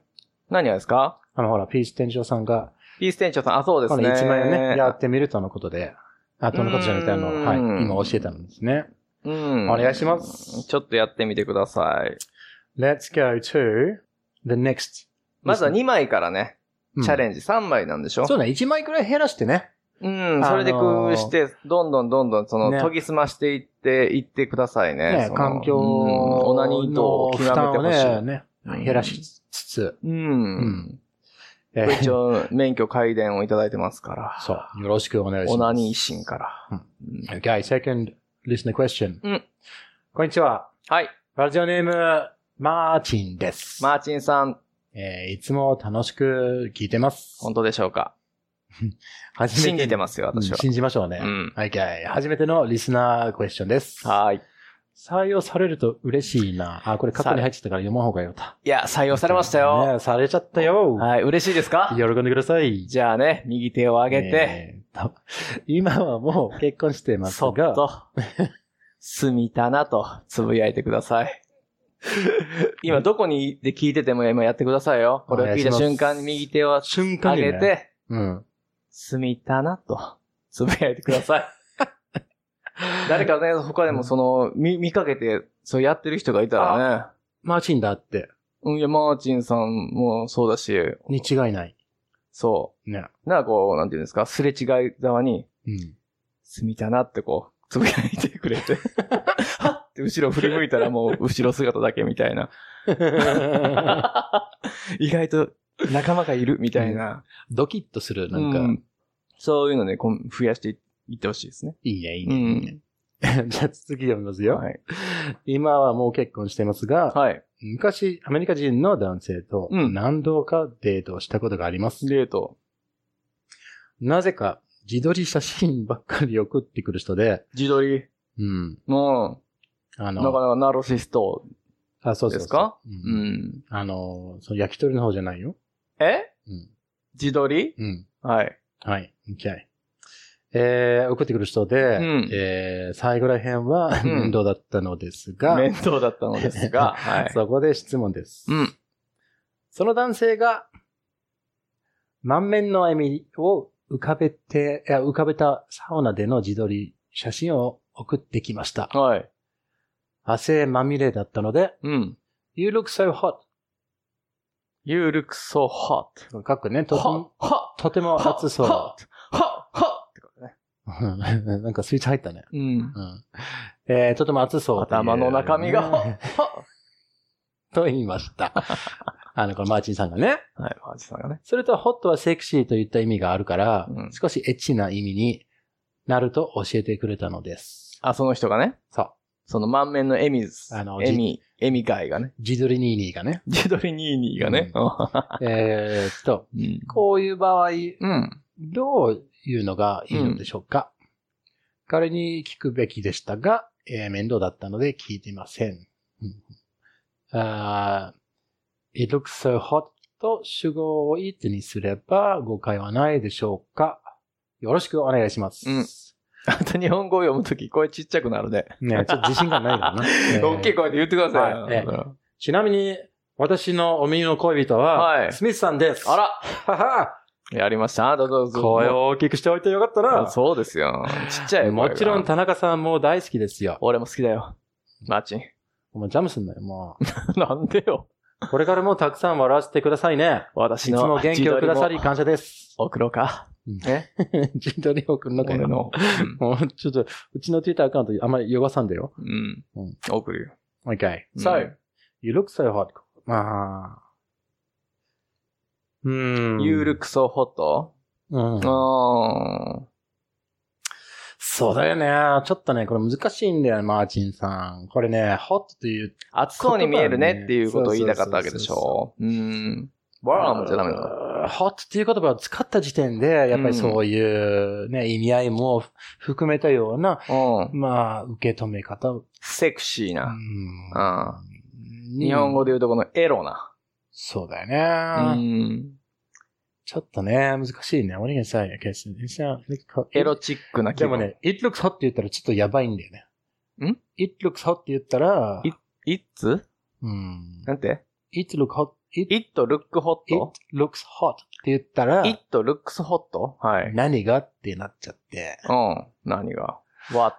何がですか
あの、ほら、ピース店長さんが、
ピース店長さん、あ、そうで
こ
す
の
ね。
1枚ね、やってみるとのことで、あ、とのことじゃなくて、あの、
うん
はい、今教えたんですね。
うん。
お願いします
ちょっとやってみてください。
Let's go to the next.
まずは2枚からね、チャレンジ3枚なんでしょ、
そうね、1枚くらい減らしてね。
うん、それで工夫して、どんどんどんどん、その、
ね
研ぎ澄ましていって、いってくださいね。
ね
そ、の
環境
うんオナニーとを
の
極
負担を
めてほしい。
ね、ね減らしつつ、
う。
うんえー
一応、免許改伝をいただいてますから。
そう、よろしくお願いします。
オナニー心から。
Okay, second listener question.
うん
こんにちは。
はい。
ラジオネーム、マーチンです。
マーチンさん、
えーいつも楽しく聞いてます。
本当でしょうか
初め
信じてますよ、私
うん
は。
信じましょうね。
うん。
Okay, 初めてのリスナークエスチョンです。
はーい。
採用されると嬉しいな。あ、これ過去に入ってたから読まん方がよかった。
いや、採用されましたよ。
ね、されちゃったよ。
はい、嬉しいですか
喜んでください。
じゃあね、右手を上げて、
えーと。今はもう結婚してます
そっ
が、
と、すみたなと、つぶやいてくださ い。今、どこにで聞いてても今やってくださいよ。これを聞いた
お願いします
瞬間に右手を
瞬
上
間に、ね、
げて、
うん。
すみたなと、つぶやいてくだ さい。誰かね、他でもその、見、見かけて、そうやってる人がいたらね、
マーチンだって、
うん、いや、マーチンさんもそうだし、
に違いない。
そ
ね。
う。なんかこう、なんていうんですか、すれ違い側に、
うん。
すみたなってこう、つぶやいてくれて、 はっって後ろ振り向いたらもう後ろ姿だけみたいな。意外と仲間がいるみたいな。
ドキッとする、な
なんん
か、
か、そういうのね、こう増やしていいってほしいですね。
いいね、いいうね。
ん。
じゃあ次読みますよ、
はい。
今はもう結婚してますが、
はい。
昔アメリカ人の男性と
うん
何度かデートをしたことがあります。
デート。
なぜか自撮り写真ばっかり送ってくる人で、
自撮り。
うん。
も
あ
う
の、
ん、なかなかナルシスト。
あ、そうそうそう
ですか
う
うんん。
あの、その焼き鳥の方じゃないよ。
え
うん。
自撮り
うん。
はい。
はい。OK。えー、送ってくる人で、
うん
えー、最後ら辺は
うん
面倒だったのですが、
面倒だったのですが、はい。
そこで質問です。
うん。
その男性が、満面の笑みを浮かべて、いや浮かべたサウナでの自撮り写真を送ってきました。
はい。
汗まみれだったので、
うん。
You look so hot.
You look so hot.
かっこね、とて
hot,
も、
hot,
とても暑そう。
hot, hot, hot.
うん なんかスイッチ入ったね。
うん。
うんえーとても暑そうという。
頭の中身が
ねと言いました。あの、このマーチンさんがね。
はい、マーチさんがね。
それと、ホットはセクシーといった意味があるから、
うん
少しエッチな意味になると教えてくれたのです。
あ、その人がね。
そう。
その満面のエミズ。
あの
エミ、エミガイがね。。
ジドリニーニーがね
ジドリニーニーがね。
えーっと、
うん。
こういう場合、
うん。
どういうのがいいのでしょうか、彼に聞くべきでしたが、えー面倒だったので聞いていません。あー It looks so hot と主語を it にすれば誤解はないでしょうかよろしくお願いします。
うんあと日本語を読むとき声ちっちゃくなるね。
ねちょっと自信がない からな。えー
大きい声で言ってくださいよ。
はいええちなみに、私のお耳の恋人は、
はい
スミスさんです。
あら
はは
やりました。どうぞどうぞ。
声を大きくしておいてよかったな。
そうですよ。ちっちゃい声が
もちろん、田中さんも大好きですよ。
俺も好きだよ。マーチン。
お前ジャムすん なよ、もう。
なんでよ。
これからもたくさん笑わせてくださいね。
私
いつ
の。
も元気をくださり。感謝です。
送ろうか。
ジンドリオ君の
俺の
声の。。もうちょっと、うちの Twitter アカウントあんまり汚さんでよ。
うん。う。
うん
送るよ。
Okay.
うん
So, you look so hot. まあ。うーん。
You look so hot?
うん。
あー
そうだよね。ちょっとね、これ難しいんだよ、マーチンさん。これね、hot という。
熱そうに見えるねっていうことを言いたかったわけでしょ。うん。バームじゃダメなの。
の hot っていう言葉を使った時点で、やっぱりそういうね、意味合いも含めたような、
うん。
まあ、受け止め方を
セクシー
う
な。
ん
うん。日本語で言うとこのエロな。
そうだよ
う
ね。
ん。
ちょっとね、難しいね。俺がさ、いやけどさなんか
エロチックな気
でも
分。
ね、it looks hot って言ったらちょっとやばいんだよね。
ん
?it looks hot って言ったら、
It- It's?
うん
なんて
it look hot, it,
?It look hot?
it looks hot って言ったら、
It looks hot? はい。
何がってなっちゃって、
うん。何が ?What?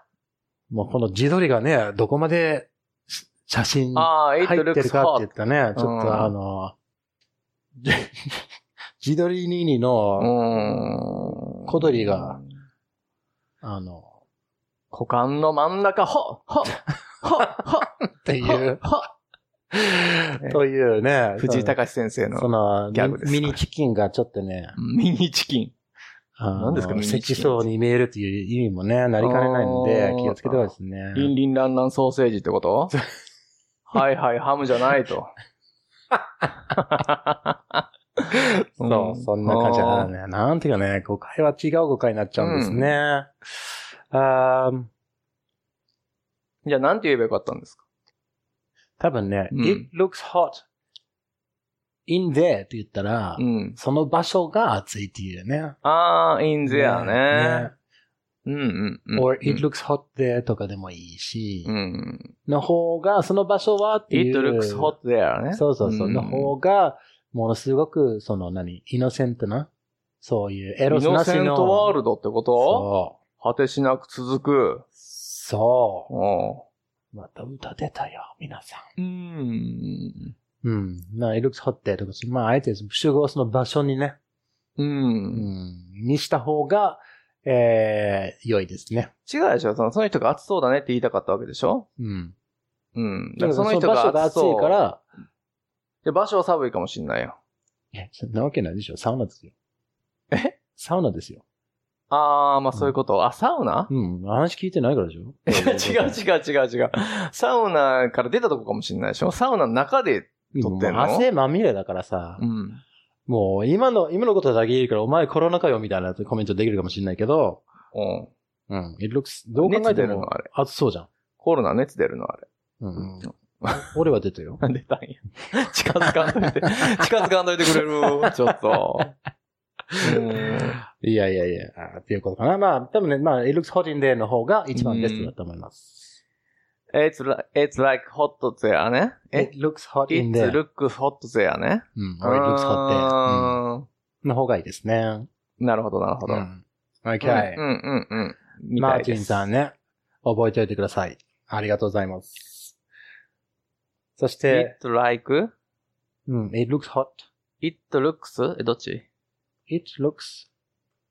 もうこの自撮りがね、どこまでし写真
ああ、It
入ってる
looks
かって言
hot.
ったね、ちょっ
うん
とあの、 じ自撮りニーニーの、
うーん。
小鳥が。あの、
股間の真ん中、ほほほほ
っていう、 という ね、
藤井隆先生
そ
の
の
ギャグですか
ミニチキンがちょっとね、
ミニチキン。
あの
何ですかミニチキン
赤層に見えるという意味もね、なりかねないの
あ
で、
ー
気をつけてほしいですね。
リンリンランランソーセージってこと はいはい、ハムじゃないと。
そうう、そんな感じだね。なんていうかね、誤解は違う誤解になっちゃうんですね。あー
じゃあ、なんて言えばよかったんですか
多分ね、
うん
it looks hot in there って言ったら、
うん。
その場所が暑いっていうね。
あー、in there ね。
ね
うんうんうん。
or it looks hot there とかでもいいし、
うん。
の方が、その場所はっていう。
it looks hot there ね。
そうそうそう。
ん
の方が、ものすごく、その何、イノセントな、そういうエロ
イ
スな
ノ
し
セ
の。
ントワールドってこと
そ
果てしなく続く。
う。そ
お
う。また歌出たよ、皆さ
ううん。
ん。うん。な、エルクスホッテとか、まあ、あえて、集合その場所にね、
う。
うんん、にした方が、えー、良いですね。
違うでしょそのその人が暑そうだねって言いたかったわけでしょ
うん。
うん。だからその人
場所
が
が
暑
暑
そう。
いから、
で、場所は寒いかもしんないよ。
いや、そんなわけないでしょ。サウナですよ。
え
サウナですよ。
あー、まあそういうこと。あ、サウナ
うん。話聞いてないからでしょ。
違う違う違う違う。サウナから出たとこかもしれないでしょサウナの中で。撮ってんの
もう汗まみれだからさ、
ん。
もう今の、今のことだけ言えるから、お前コロナかよみたいなコメントできるかもしれないけど、
うん。
うん。it looks- どう考え
熱
て
出るの
も
あれ。
暑そうじゃん。
コロナ熱出るのあれ。
うん。俺は出 てよ。
出たんや。近づかんとい て。近づかんといてくれる。ちょっと。うん。
いやいやいや、あーっていうことかな。まあ、多分ね、まあ、it looks hot in there の方が一番ベストだと思います。
It's like, it's like hot there ね。え
it looks hot in
It's
there.
look hot there ね。
うん。or it looks hot there.
あー
うんの方がいいですね。
なるほど、なるほど。
うん。okay.
うんうんうんうん。
マーチンさ
ん。
んね、覚えておいてください。ありがとうございます。そして、
It like,
うん、it looks hot.
it looks, え、どっち
It looks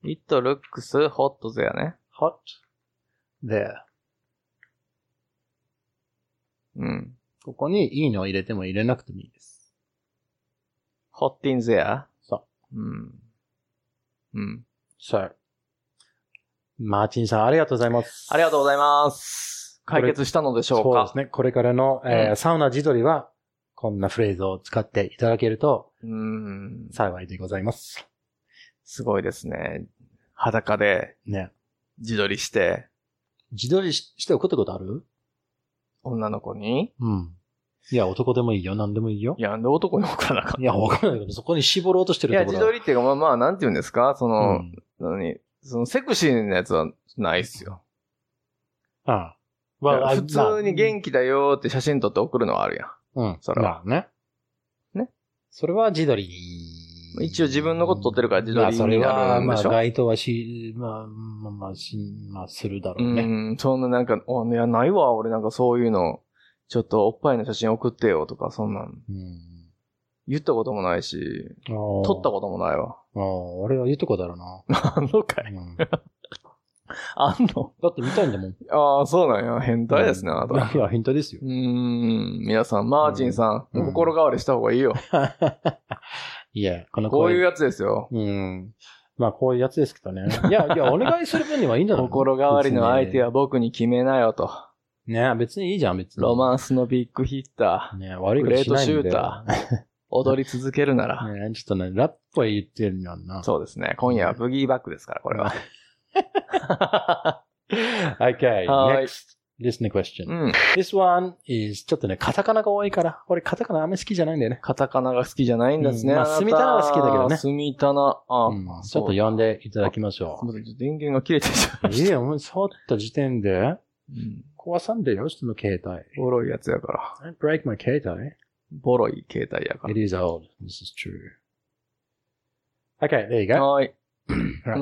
?it looks hot there ね。
hot there.
うん。
ここにいいのを入れても入れなくてもいいです。
hot in there?。
そう
うん。うん。
そう。マーチンさん、ありがとうございます。
ありがとうございます。解決したのでしょう
そう
か
ですね。これからの、えー
う
サウナ自撮りは、こんなフレーズを使っていただけると
ううん。
幸いでございます。
すごいですね。裸で
ね。
自撮りして、
自撮りしして怒ったことある
女の子に
うん。いや、男でもいいよ。何でもいいよ
い。や、なんで男の子かなかっ
いや、わかんないけど、そこに絞ろうとして
たい
ると
や、自
ころだ。
撮りっていうか、まあまあ、なんて言うんですかその、
うん。
何そのセクシーなやつはないっすよ。
ああ。まあ、
普通に元気だよーって写真撮って送るのはあるやん。
気。うん。
それは
まあね。
ね。
それは自撮りに。
一応自分のこと撮ってるから自撮りになるんでしょ
まあ、それは、まあ、該当はし、まあ、まあ、まあ、しまあ、するだろうね。
うん、そんななんか、あいや、ないわ、俺なんかそういうの、ちょっとおっぱいの写真送ってよとか、そんなん、
うん。
言ったこともないし、
撮
撮ったこともないわ。
ああ、俺は言うとこだろうな。
あんのかい
うん
あんの
だって見たいんだもん。
ああ、 そうなんや。変態ですね、あなた。
いやいや、変態ですよ
う。ーん、皆さん、マーチンさん、
うん
お心変わりした方がいいよ。
いや、この
こういう
や
やつですよ。
うん。まあ、こういうやつですけどね。いや、いや、お願いする分にはいいんだろう。
心変わりの相手は僕に決めなよと。
ね、別にいいじゃん、別に。
ロマンスのビッグヒッタ
ね、悪
ー、
い
グ
こと
レー
し
ト
ない
シュ
んで
ーター、踊り続けるなら。
ね、ちょっとね、ラップは言ってるんやんな。
そうですね。今夜はブギーバックですから、これは。
Okay,
はい
next. Listener question.
うん。
This one is ちょっとね、カタカナが多いから、俺カタカナあんまり好きじゃないんだよね。
カタカナが好きじゃないんですね。
うんまあ
なた
スミタナは好きだけどね
スミタナ、あ、
うんちょっと読んでいただきまし
そうすみ
ょ
ませんちょっと電源が切れてしまいま
う。い
した。
や、もう触った時点で
うん
壊さんでよ、人の携帯。
ボロいやつやから。
I break my 携帯。
ボロい携帯やか
It is old. This is true. Okay, there you
ら。
go.
はーい。
Right.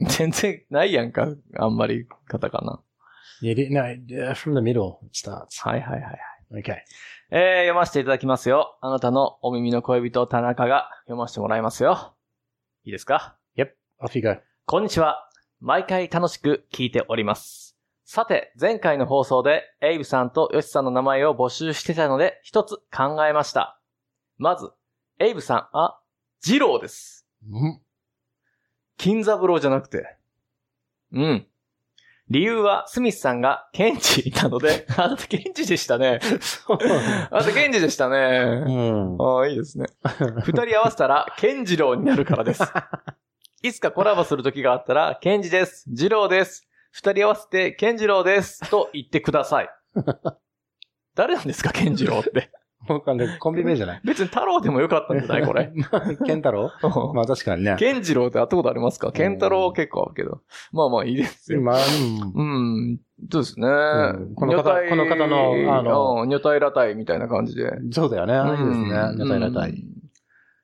うん全然ないやんか。あんまりカタカナ。
It is, no, uh, from the middle it starts.
はいはいはいはい。
Okay.
えー、読ませていただきますよ。あなたのお耳の恋人、田中が読ませてもらいますよ。いいですか
Off you go.
こんにちは。毎回楽しく聞いております。さて、前回の放送で、エイブさんとヨシさんの名前を募集してたので、一つ考えました。まず、エイブさん、あ、ジローです。
うん
金三郎じゃなくて。うん。理由は、スミスさんが、ケンジなので、 あなたケンジでしたね。 あなたケンジでしたね。
うん。
ああ、いいですね。二人合わせた ら、ケンジロウになるからです。いつかコラボする時があったら、ケンジです、ジロウです。二人合わせて、ケンジロウです。と言ってください。誰なんですか、ケンジロウって。
わか んない。コンビ名じゃない
別に太郎でもよかったんじゃないこ れ。
ケンタロ ウまあ確かにね。
ケンジロウって会ったことありますかケンタロウ結構あるけど。まあまあいいですよ。
まあ、うん
うん、そうですね。
んこの方
女体
この方のあの
うん女体裸体みたいな感じで。
そうだよね。いいですね。
うん
屋台屋台。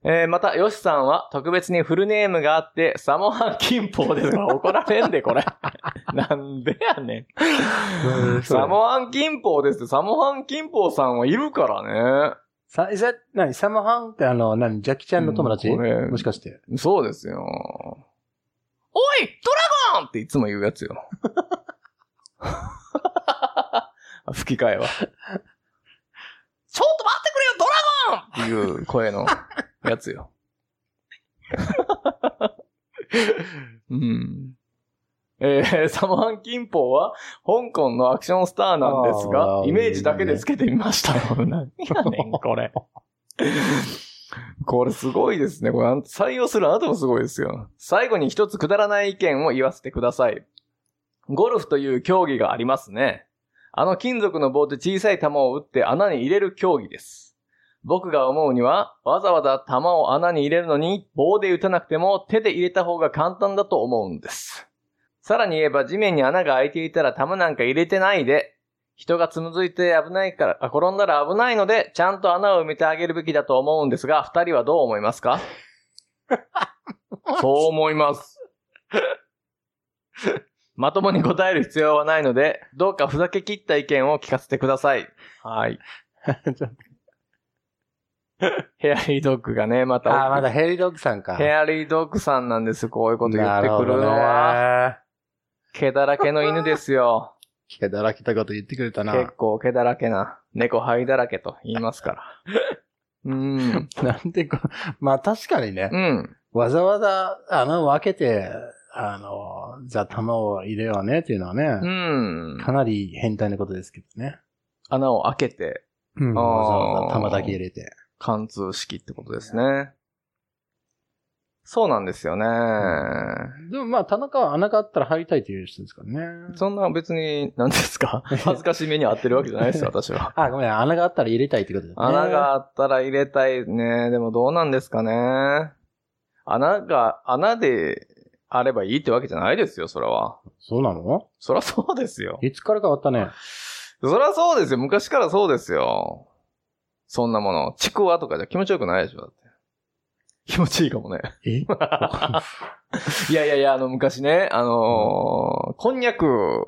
えーまた、ヨシさんは特別にフルネームがあって、サモハン金法 ですが怒られんで、これ。なんでやねん。サモハン金法ですって、サモハン金法さんはいるから
さ、いざ、なに、サムハンってあの、なに、ジャッキちゃんの友達
うんこれ
もしかして。
ね。そうですよ。おいドラゴンっていつも言うや つよ。吹き替えは。ちょっと待ってくれよ、ドラゴンっていう声のやつよ。うん。えー、サモハン・キンポーは香港のアクションスターなんです
あ
が、
ー
イメージだけでつけてみました。何やねん、これ。これすごいですね。これ採用するあなたもすごいですよ。最後に一つくだらない意見を言わせてください。ゴルフという競技がありますね。あの金属の棒で小さい球を打って穴に入れる競技です。僕が思うには、わざわざ球を穴に入れるのに棒で打たなくても手で入れた方が簡単だと思うんです。さらに言えば地面に穴が開いていたら球なんか入れてないで、人がつむずいて危ないから、あ転んだら危ないので、ちゃんと穴を埋めてあげるべきだと思うんですが、二人はどう思います かそう思います。まともに答える必要はないので、どうかふざけ切った意見を聞かせてください。 はい。ヘアリードッグがね、また。
ああ、まだヘリドッグさんか。
ヘアリードッグさんなんです、こういうこと言ってくるの
な
は。
るほどね。
毛だらけの犬ですよ。
毛だら けたこと言ってくれたな。
結構毛だらけな。猫灰だらけと言いますから。うん。
なんでこ、まあ確かにね、
うん。
わざわざ穴を開けて、あの、じゃあ玉を入れようねっていうのは
う
ね、
ん。
かなり変態なことですけどね。
穴を開けて、
うん、
あー
わざわざ玉だけ入れて。
貫通式ってことですね。そうなんですよね。
でもまあ田中は穴があったら入りたいという人ですからね。
そんな別に、何です か恥ずかしめに合ってるわけじゃないですよ、私は。
あ、ごめん、穴があったら入れたいってことだよね。
穴があったら入れたいね。でもどうなんですかね。穴が、穴であればいいってわけじゃないですよ、そらは。
そうなの
そらそうですよ。
いつから変わったね。
そらそうですよ。昔からそうですよ。そんなもの。ちくわとかじゃ気持ちよくないでしょ、だって。気持ちいいかもね。
え
いやいやいや、あの、昔ね、あのーこんにゃく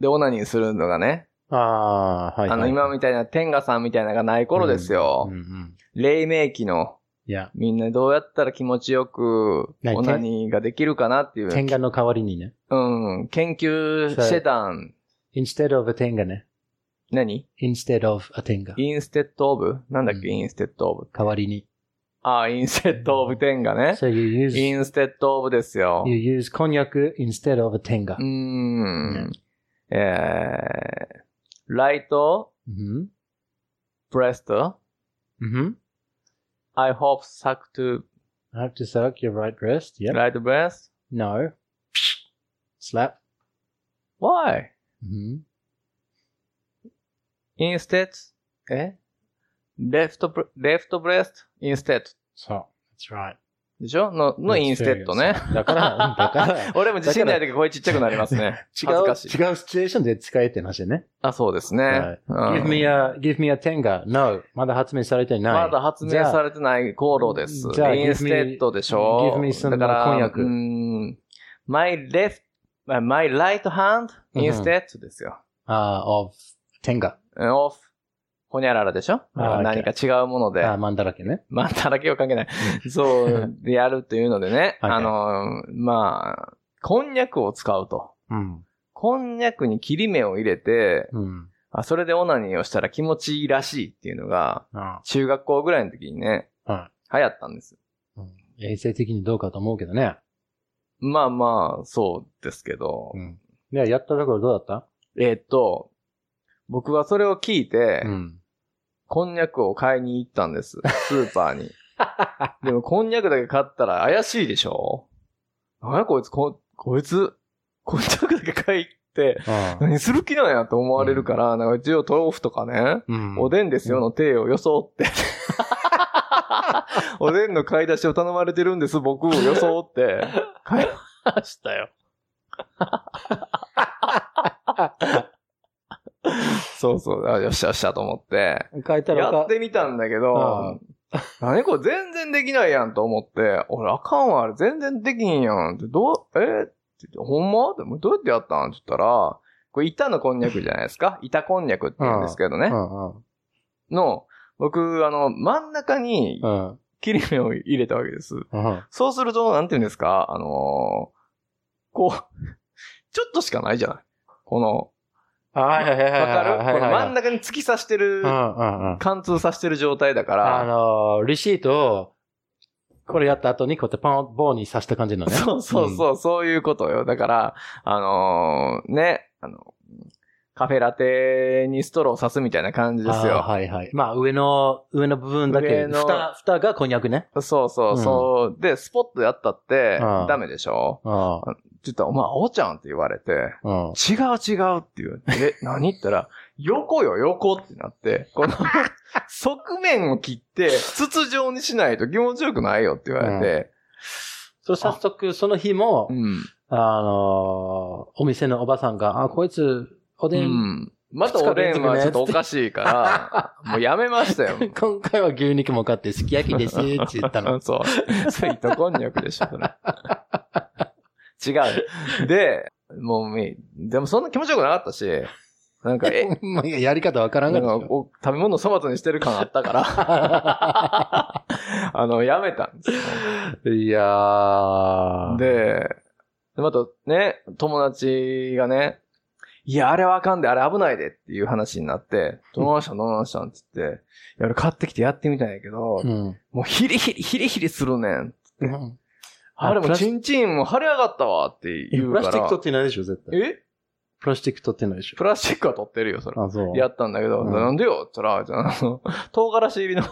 でオナニーするのがね、
ああー、はい、
あの、今みたいな天下さんみたいなのがない頃ですよ。
うんうん
黎明期の
いや、
みんなどうやったら気持ちよく
ない
オナニーができるかなってい
天
う、
下の代わりにね。
うん、研究してたん。
instead of a tenga ね。
何
instead of a tenga。
インステッドオブなんだっけ、
うん
インステッドオブ。
代わりに。
ああ、インステッドオブ天がね。
So
イ
you use,
ンステッドオブですよ。
you use こんにゃく instead of a tenga.
うーん
ね。
えー、ライト、
うん。
ブレスト、
うん。
I hope suck to
I have to suck your right wrist. Yep.
right breast.
No. Slap.
Why?
うん。
Instead, え left, bre- left breast instead.
そう。That's right.
でしょの、の
That's
インステッド
very
ね。
good. だから、だから、
俺も自信ない時声ちっちゃくなりますね。
違
恥ず
う、違う
か
シ
し
チ
い。
ュエーションで使えって話でね。
あ、そうですね。
はい
うん
give me a, give me a tenga. No. まだ発明されてない。
まだ発明されてない頃です。
じゃあ
インステッドでしょ
give me- give me some
だから、
婚約
うーん my left, my right hand
うんうん
instead ですよ。
ああ、of tenga.
of ほにゃららでしょ
あー
何か違うもので
あ、あ、マンだらけね。
まあ、たらけは関係ない。そう、でやるというのでね、
はい
あのー、まあ、こんにゃくを使うと。
うん。
こんにゃくに切り目を入れて、
うん。
あそれでオナニーをしたら気持ちいいらしいっていうのが、
あ
中学校ぐらいの時にね、
は
流行ったんです。
あうん衛生的にどうかと思うけどね。
まあまあ、そうですけど、
ん。で、やったところどうだった
えーっと、僕はそれを聞いて、
ん。
こんにゃくを買いに行ったんです。スーパー に。でも、こんにゃくだけ買ったら怪しいでしょなんやこいつ、こ、こいつ、こんにゃくだけ買いって、
う
何する気なんやと思われるから、なんか一応豆腐とかね、
ん
おでんですよの手を装 って。おでんの買い出しを頼まれてるんです、僕を装って。買いましたよ。 そうそう、あよっしゃよっしゃと思って。
変えたら
や
か
ってみたんだけど、何これ全然できないやんと思って、俺あかんわ、あれ全然できんやんって、どう、えーってほんまでもどうやってやったんって言ったら、これ板のこんにゃくじゃないですか板こんにゃくって言うんですけどね
う。んうん
の、僕、あの、真ん中に
うん
切り目を入れたわけです。
うん
そうすると、なんて言うんですかあのーこう、 ちょっとしかないじゃないこの、
あはいはいはいは
わ
い
かる
はい
この
はい
真ん中に突き刺してる
う、んうんうん
貫通さしてる状態だか
あ
ら、
のー、レシートを、これやった後にこうやってパンを棒に刺した感じのね。
そうそうそう、そういうことよ。だから、あのーね、あの、カフェラテにストロー刺すみたいな感じ
う
で
ん。
すよ。
あーはいはい。まあ、上の、上の部分だけ、
上の
蓋、蓋がこんにゃくね。
そうそうそう。で、スポットやったって
うん、
ダメでしょ
うん。
って言ったら、お前、青ちゃんって言われて、
うん。
違う違うっていう。え、何言ったら、横よ、横ってなって、この、側面を切って、筒状にしないと気持ちよくないよって言われて、
それ早速、その日も、
うん。
あのー、お店のおばさんが、あ、こいつ、お
う
でん、
ん。またおでんはちょっとおかしいから、もうやめましたよ。。
今回は牛肉も買ってすき焼きですって言った の
そう。そう、糸こんにゃくでしょ、それ。違う。で、もうみ、でもそんな気持ちよくなかったし、なんか、え、
まあやり方わからん
な
が
んかお食べ物を粗末にしてる感あったから、あの、やめたんですよ。
いやー。
で、でまたね、友達がね、いや、あれはあかんで、あれ危ないでっていう話になって、どうしたんどうしたんって言って、いや、俺買ってきてやってみたんやけど、
うん。
もうヒリヒリ、ヒリヒリするねん。
うんあ
あれ
プ
も
ラス
チンチンも腫れ上がったわって言う
プ
から。
ラスチック取ってないでしょ、絶対。
え
プラスチック取ってないでしょ。
プラスチックは取ってるよ、それ。
あ、そう。
やったんだけど、
うん
なん でよって言ったら、じゃあ、あの、唐辛子入りの。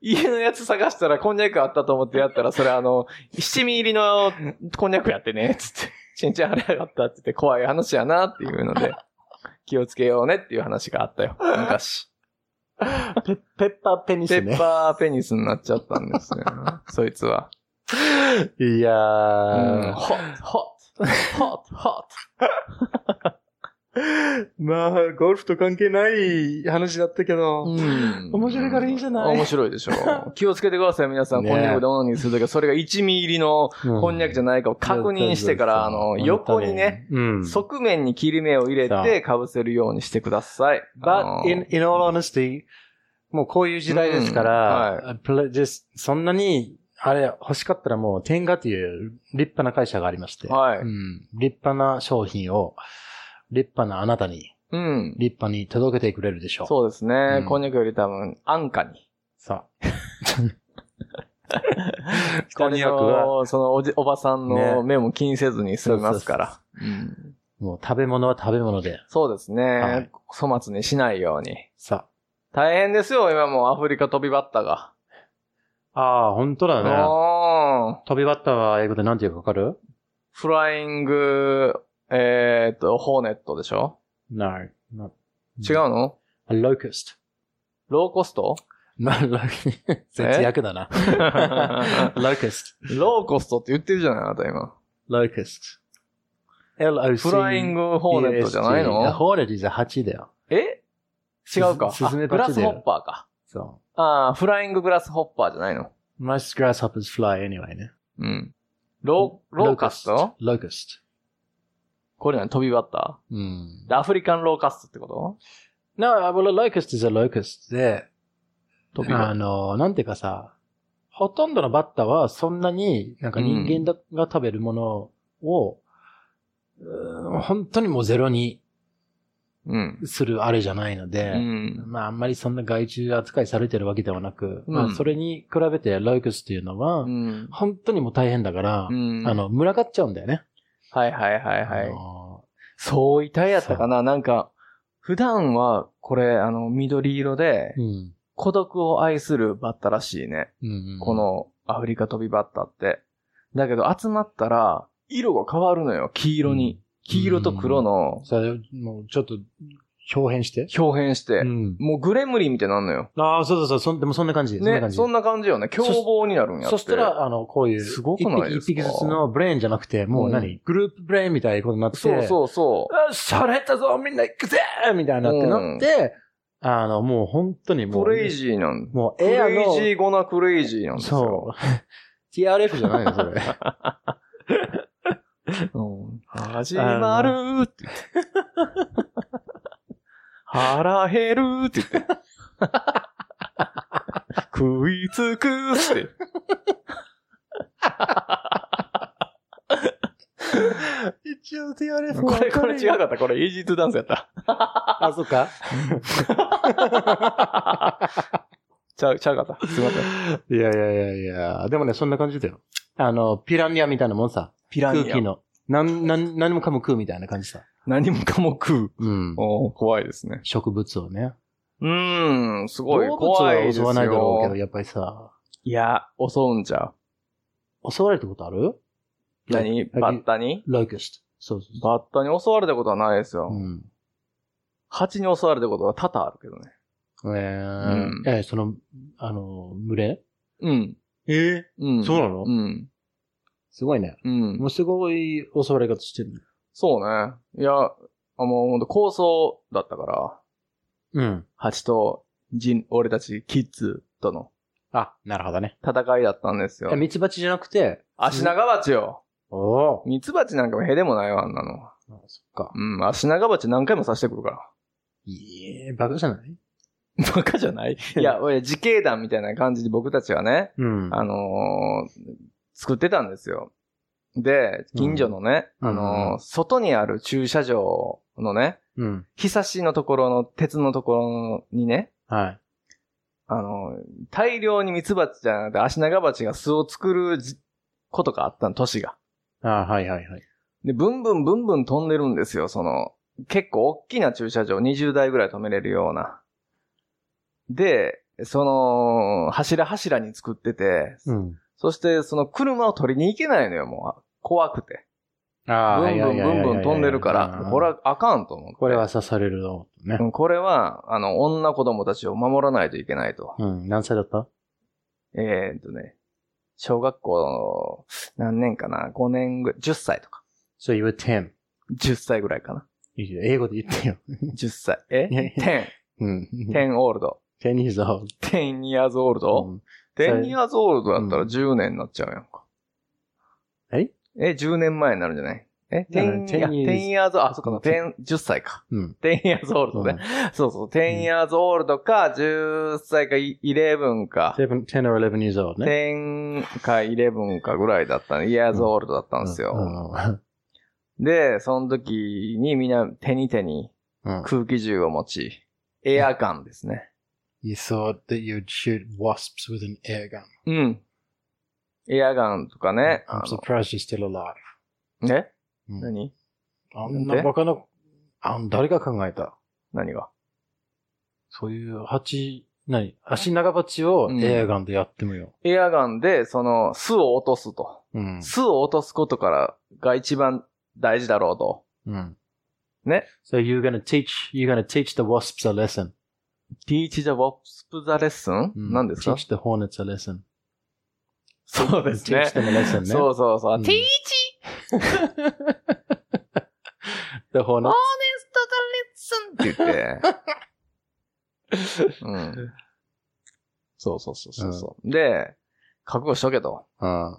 家のやつ探したらこんにゃくあったと思ってやったら、それあの、七味入りのこんにゃくやってね、つって。ちんちん腫れ上がったって言って怖い話やなっていうので、気をつけようねっていう話があったよ、昔。
ペペッパーペニ
ペ
ス
ッ
ね。
パーペニスになっちゃったんですよ。そいつは。
いや
うん、
ー。
ホット、ホット、ホット、ホット。
まあ、ゴルフと関係ない話だったけど。
うん
面白いからいいんじゃない
面白いでしょ。気をつけてください、皆さん。
ねえ
こんにゃくでオナニーするときは、それが一味入りのこんにゃくじゃ
ない。
ないかを確認してから、あの、横にね、。
うん。
側面に切り目を入れて被せるようにしてください。あの
But in, in all honesty, もうこういう時代ですから、プレですそんなに、あれ欲しかったらもう、天下という立派な会社がありまして、
はい
うん立派な商品を、立派なあなたに、
うん。
立派に届けてくれるでしょう。
そうですね
う。ん
こんにゃくより多分、安価に。。
さあ こんにゃくは、、
そのおじ、おばさんの
ね
目も気にせずに済みますから。うん
もう食べ物は食べ物で、
そうです
はい
ね。粗末にしないように。
さ
大変ですよ、今もうアフリカ飛びバッタが。
あ。ああ、本当だね。
うん。
飛びバッターは英語で何て言うかわかる
フライング、えー、っと、ホーネットでしょ
?No. not-
違うの、
A locust.
ローコスト
な、ロ節約だな。locust,
ローコストって言ってるじゃないあなた今。
locust. L-O-C.
フライングホーネットじゃない
EST
の
ホーネットじゃ8だよ。
え違うか。
スズスズメ
あグ
バ
ラ
チ
ス
だ
ホ
よ
ッパーか。
そ
ああ、フラインググラスホッパーじゃないの
う。Most grasshoppers fly anyway ね。
うん。ロー、ローカスト
locust。
これ何飛びバッタ
うん
ー。アフリカンローカストってこと
No, well, a locust is a locust で、
飛びバ
あ
ッ
の、なんていうかさ、ほとんどのバッタはそんなになんか人間だ、が食べるものを、うん本当にもうゼロに
うん。
するあれじゃないので、
うん。
まあ、あんまりそんな害虫扱いされてるわけではなく、
うん
まあ、それに比べてロイクスっていうのは、
うん。
本当にもう大変だから、
うん
あの、群がっちゃうんだよね。
はいはいはいはい
あ。の
そういたいやったかななんか、普段は、これ、あの、緑色で
ー、うん。
孤独を愛するバッタらしいね。
うんうん
こ、のアフリカ飛びバッタって。だけど、集まったら、色が変わるのよ。黄色に。黄色と黒の、
それ、もうちょっと、表変して。
表変して
う。ん。
もうグレムリンみたいになるのよ。
ああ、そうそうそう、そんでもそんな感じ。そんな
ね、
感じ
そんな感じよね。凶暴になるんやって。
そしたら、あの、こういう、
すごくないですか
一匹一匹ずつのブレーンじゃなくて、もう何、グループブレーンみたいなことになって、
そう
う。
そうそ
あ、それだぞみんな行くぜみたいなってなって、あの、もう本当に
う。
もう、
クレイジーなん
もう
ク
エア
レイ
の
ジ、ーゴなクレイジーなんです よ。
そう。TRF じゃないの、それ。
うん始まるーって言って。腹減るーって言って。食いつくーって。
一応 TRF
これ、これ違うかった。これ、イージートゥダンスやった。
あ、そっか。
ちゃう、ちゃうかった。すいません。
いやいやいやいや、でもね、そんな感じだよ。あの、ピラニアみたいなもんさ。
ピ
空気。の。なん、なん、何もかも食うみたいな感じさ。
何もかも食う。
うん。
おー怖いですね。
植物をね。
うーん、す
動
ごい。
物は
怖いです
襲
よ。
わないだろうけど、やっぱりさ、
いや、襲うんじゃう。
襲われたことある
何バッタに
ロイクスト。そうそうそ
バッタに襲われたことはないです
う。
よ。
うん。
蜂に襲われたことは多々あるけどね。
えー
うん
えー、その、あの、群れ
うん。
え
うん。
そうなの
うん。
すごいね。
うん
もう。すごい襲われ方してる。
そうね。いや、あもうほんと構想だったから、
うん。
蜂と人、俺たちキッズとの
あ、なるほどね。
戦いだったんですよ
え、。ミツバチじゃなくて、
足長鉢よ。
おお
ミツバチなんかもへでもないわ、あんなのは。
ー。あそっか。
うん、足長鉢何回も刺してくるか
いえ、バカじゃない
ら。バカじゃないいや、俺、自警団みたいな感じで僕たちはね、
うん
あのー作ってたんですよ。で、近所のね、
うん
あ
うんうんう
の
ん
ー、外にある駐車場のね、
うん。
ひさしのところの、鉄のところにね、
はい。
あのー、大量に蜜蜂じゃなくて、足長蜂が巣を作るじことがあったの、都市が。
ああはいはいはい。
で、ブンブンブンブン飛んでるんですよ、その、結構大きな駐車場、20台ぐらい止めれるような。で、その、柱柱に作ってて、
うん。
そしてその車を取りに行けないのよ、もう。怖くて。
あ
ブ
あ
ンブンブンブン飛んでるか
はいはいはいはい
ら、これはあかんと思って。
これは刺されるの。ね
う。ん、これは、あの、女子供たちを守らないといけないと。
うん。何歳だった
えーっとね、小学校の何年かな ?5 年ぐらい、10歳とか。
?So you were 10.
10歳ぐらいかな。
いいよ英語で言ってよ。
10歳。 え
いやい
?10。
うん。10
10オールド。
years old.
10 years old?
うん
10 years old だったら
うん
10年になっちゃうやんか。え、
え
10年前になるんじゃないえ
いや
?10
10
years, あ、そっか、10 10歳 か。
うん。
10 years old ね。そうそう、10 years old か、10歳かい11か、
7 10 or 11 years old ね。
10か11かぐらいだったね。years old だったんです
う
よ。
んうん
で、その時にみんな手に手に
うん。
空気銃を持ち、エアガンですね。
You thought that you'd shoot wasps with an air gun.
うん。エアガンとかね。あ
I'm surprised you're still alive.
のえ
うん
何
あ
ん
ん
で
なバカな、あん、誰が考えた
何が
そういう蜂、何足長鉢を
うん
エアガンでやってもよ。
エアガンで、その、巣を落とすと。
うん。
巣を落とすことからが一番大事だろうと。
うん。
ね。
So you're gonna teach, you're gonna teach the wasps a lesson.
teach the wasp the lesson?
うん
何ですか
?teach the hornets a lesson.
そうですね
teach。them a lesson ね。
そうそうそう。
うん
teach
the hornets.
the lesson! って言 って。うん。そうそうそうそうそう。で、覚悟しとけと。
うん。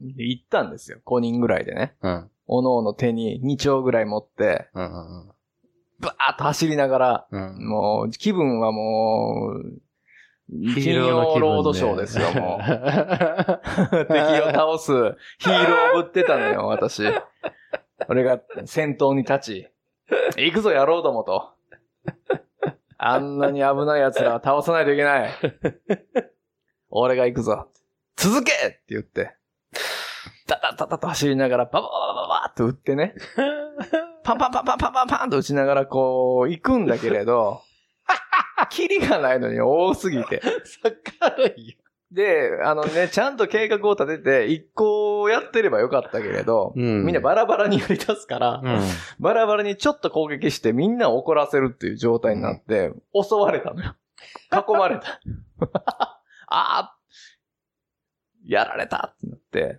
で行ったんですよ。5人ぐらいでね。
うん。
おのおの手に2丁ぐらい持って、
うんうん
バーッと走りながら、
うん。うん。
もう、気分はもう、金曜ロードショーですよ、もう。 敵を倒すヒーローをぶってたの よ、私。俺が先頭に立ち、行くぞ、やろうどもと。あんなに危ない奴らは倒さないといけ ない。俺が行くぞ。続けって言って、タタタタと走りながら、ババババババって打って ね。パンパンパンパンパンパンパンと打ちながら、こう、行くんだけ れど、キリがないのに多すぎて。で、あのね、ちゃんと計画を立てて、一個やってればよかったけれど、
うん
みんなバラバラにやり出すから、
うん。
バラバラにちょっと攻撃してみんなを怒らせるっていう状態になって、襲われたのよ。囲まれた。 あーやられたってなって、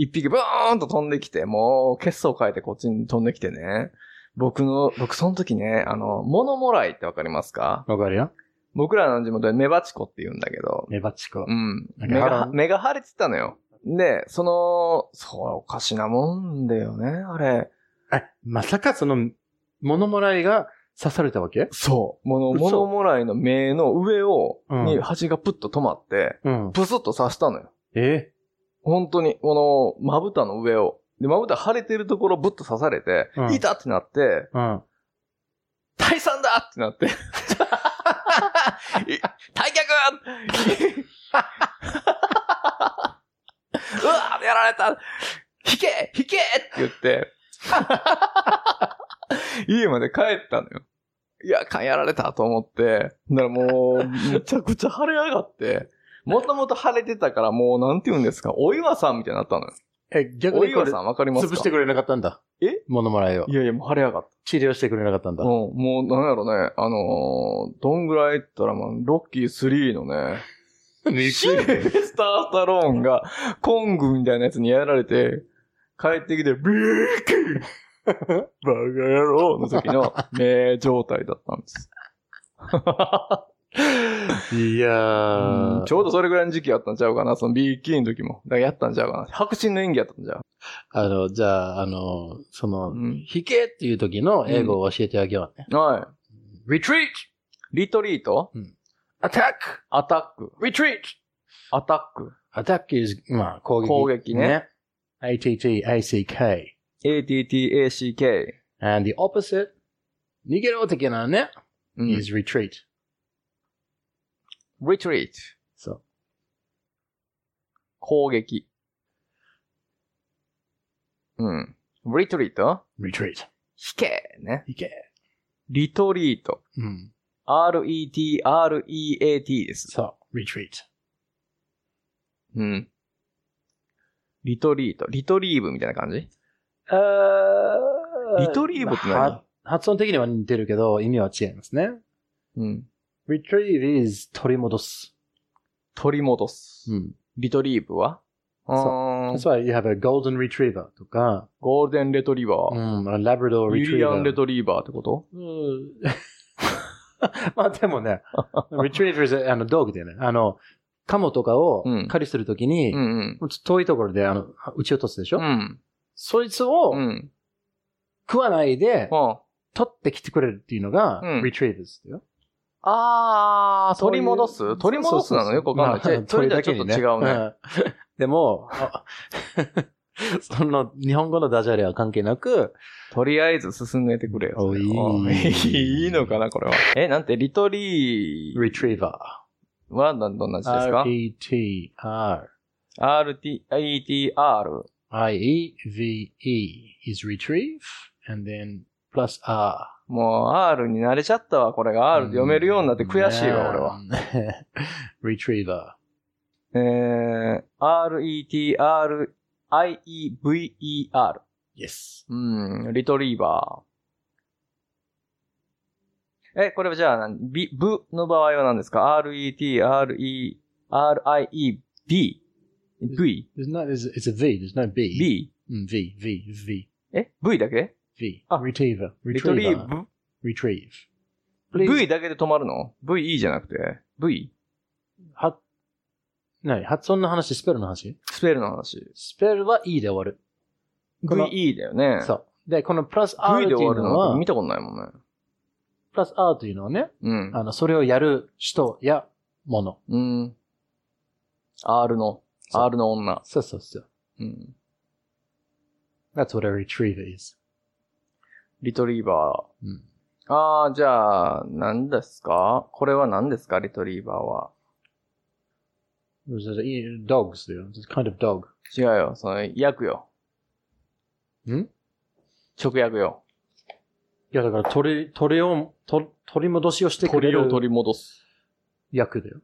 一匹ブーンと飛んできて、もう、血相変えてこっちに飛んできてね。僕の、僕その時ね、あの、物もらいってわかりますか
わかるよ。
僕らの地元でメバチコって言うんだけど、
メバチコ
う。ん。
なん
目
か
が
腹、
目が腫れてたのよ。で、その、そう、おかしなもんだよね、あれ。
え、まさかその、物もらいが刺されたわけ
そう。もの、物
嘘
もらいの目の上を、
うん
に蜂がプッと止まって、
うん。
プスッと刺したのよ。
え
本当に、この、まぶたの上を。で、まぶた腫れてるところぶっと刺されて、
うん
痛ってなって、
うん。
退散だってな って。い退却うわやられた引け引けって言って、家まで帰ったのよ。いや、勘やられたと思って、だからもう、めちゃくちゃ腫れ上がって、もともと腫れてたからもう、なんて言うんですか、お岩さんみたいになったのよ。
え、逆
お
にこ
岩
れ
さんわかりますか
潰してくれなかったんだ。
え
物もらいを
い。やいや、もう腫れ上がった。
治療してくれなかったんだ。
うん、もう、なんやろね、あのーどんぐらい言ったら、まあ、ロッキー3のね、シルベスター・スタローンが、コングみたいなやつにやられて、帰ってきて、ビーキー バカ野郎の時の名状態だったんです。
いや
うんちょうどそれぐらいの時期やったんちゃうかな、そのビーキーの時も。だからやったんちゃうかな。白人の演技やったんちゃう。
あの、じゃあ、あの、その、
うん
引けっていう時の英語を教えてあげようね。
は
retreat!
い。リトリート
attack!
アタック。
retreat!
アタック。
attack is, まあ、攻撃。
攻撃ね。
ATTACK。
ATTACK。
and the opposite 逃げろ的なね、
うん
is retreat.
retreat。
そう。
攻撃。うん。retreat?
retreat.
引けね。
行け。
リトリート。
うん。
RET、REAT です。
そう。retreat.
うん。リトリート。リトリーブみたいな感じリトリーブって何
は発音的には似てるけど、意味は違いますね。
うん。
retrieve is 取り戻す。
取り戻す。
うん。
リトリーブはあー
That's why you have a golden retriever とか、
ゴールデンレトリバ
う
ー。
ん、a labrador
ユリアンレ
retriever.
トリーバーってこと
うん まあでもね、retriever is a- あの道具でね、あの、カモとかを
うん
狩りするときに、
うんうん。
もうちょっと遠いところで、あの、撃ち落とすでしょ、
うん。
そいつを
うん。
食わないで、
うん。
取ってきてくれるっていうのが、
うん
retrievers だよ。
あー、
そうい
取
う
り戻す取り戻すなのよくわかんないじゃあ。それじゃちょっと違う。
まあ
ね。
だけにうん でも、 あその、日本語のダジャレは関係なく、
とりあえず進めてくれよ。
おいい
お いいいのかな、これは。え、なんて、リトリー
retriever。
はどんな字ですか
R-E-T-R。
?RT、ATR。
I-E-V-E is retrieve, and then plus R.
もう R に慣れちゃったわ、これが R で読めるようになって悔しいわ、俺は。
は。retriever.
えー、RETRIEVER。
Yes.
うん、リトリーバー。え、これはじゃあ何、ビ、ブの場合は何ですか ?RET、RE、RIE、B、V、
There's no, there's, it's a V, there's no B.
B?
うん V, V, V,
え ?V だけ
V.
あ
retriever,
リトリ
retriever,
ー
retrieve.
ブ ?V だけで止まるの ?VE じゃなくて ?V?
は、なに発音の話、スペルの話
スペルの話。
スペルは E で終わる。この
VE だよね。
そう。で、このプラス
V
R って
で
い
終わ
う
る
の
の
は
見、たことないもんね。
プラス R というのはね、
うん。
あの、それをやる人やもの。
うん。R の、
そう
R の女。
そうそうそう。
うん。
That's what a retriever is.
リトリーバー。
うん
ああ、じゃあ、何ですかこれは何ですかリトリーバーは。
There's a- dogs だよ。It's a kind of dog.
違うよ。その、訳よ。
ん
直訳よ。
いや、だから取り、取りを、取取り戻しをしてくれる
り戻す。
役だよ。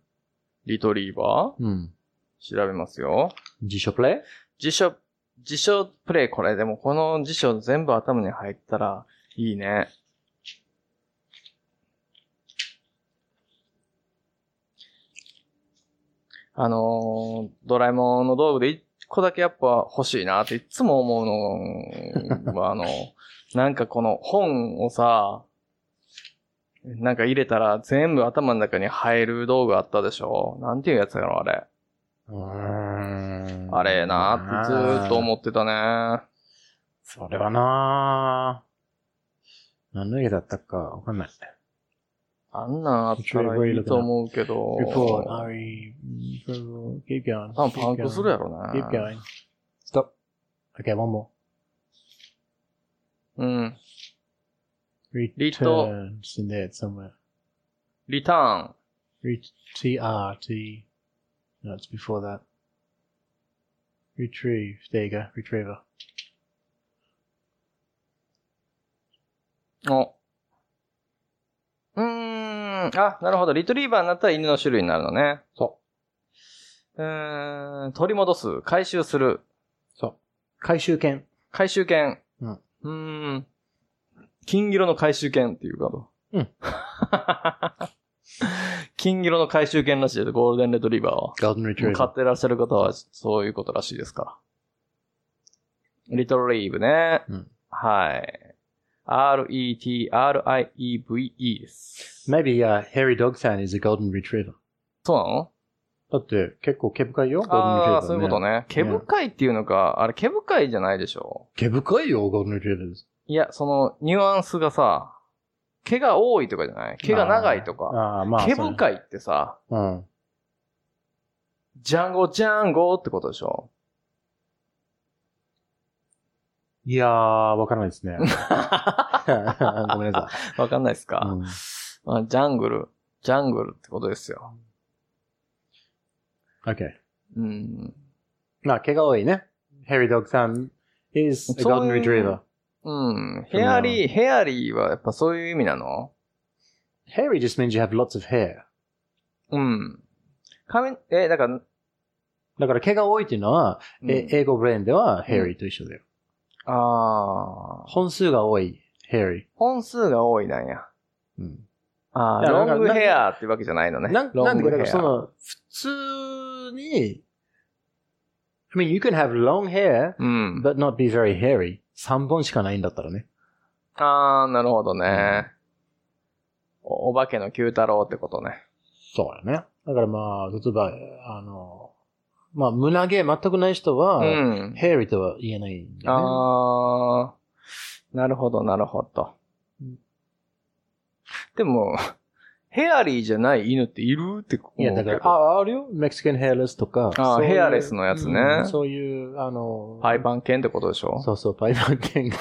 リトリーバー
うん。
調べますよ。
辞書プレ
辞書、辞書プレイこれ。でもこの辞書全部頭に入ったらいいね。あのードラえもんの道具で一個だけやっぱ欲しいなっていつも思うのは、あの、なんかこの本をさ、なんか入れたら全部頭の中に入る道具あったでしょなんていうやつやろ、あれ。
イうーん
あれなってずーっと思ってたね。
それはなぁ。何の絵だったかわかんない。
あんなんあったらいいと思うけど。
Report, Ari. So, keep going.
多分パンクするやろ
Keep
ね。
going. Stop. Okay, one more.
うん。
Return. It's in there somewhere.
リターン。
Ret- TR, T. No, it's before that. Retrieve. There you go. Retriever.
お。うーん。あ、なるほど。リトリーバーになったら犬の種類になるのね。そう。うーん。取り戻す。回収する。
回収犬。
回収犬。
うん。
うーん。金色の回収犬っていうかと。
うん。
金色の回収犬らしいです。ゴールデンレトリーバーは。
Golden
もう
Retriever.
買ってらっしゃる方はそういうことらしいですから。リトリーブね。
うん
はい。R-E-T-R-I-E-V-E です。
Maybe, uh, hairy dog fan is a golden retriever.
そうなの
だって結構毛深いよ、ゴールデンレトリーバー、ね。
ああー、そういうこと。ね。毛深いっていうのか、あれ毛深いじゃないでしょ
毛深いよ、ゴールデンレトリーバーです。
いや、そのニュアンスがさ、毛が多いとかじゃない毛が長いとか。
あーあー、まあ。
毛
そうね
深いってさ、
うん。
ジャンゴジャンゴってことでしょ
いやー、わからないで すね。ごめんなさ
わかんないですか、
い。うん
まあ、ジャングル、ジャングルってことですよ。
Okay.
うん。
まあ、毛が多いね。ヘリドッグさん is a
そう
golden
いう
retriever.
うん。ヘアリー、ヘアリーはやっぱそういう意味なの
Hairy just means you have lots of hair.
うん。髪、え、だから、
だから毛が多いっていうのは、
うん
え英語ブレーンでは hairy と一緒だよ。
あー
本数が多い hairy。
本数が多いなんや。
うん
あ
いや
ー
な
ロン
んか
グヘアってわけじゃないのね。
なん
ロ
な
ン
んで
グ
か、だから
ヘ
そ
ア。
の、普通に、I mean, you can have long hair,
うん。
but not be very hairy. 3本しかないんだったらね。
あー、なるほどね。おお化けの九太郎ってことね。
そうだね。だからまあ、例えば、あの、まあ、胸毛全くない人は、
うん。
hairy とは言えないんだよね。
あー、なるほど、なるほど。でも、 ヘアリーじゃない犬っているって思う
い
けど
や、だから、あ、あるよ。Mexican hairless とか。
あー
そういう
ヘアレスのやつね
うんそういう、あの、
パイパン犬ってことでしょ
そうそう、パイパン 犬が、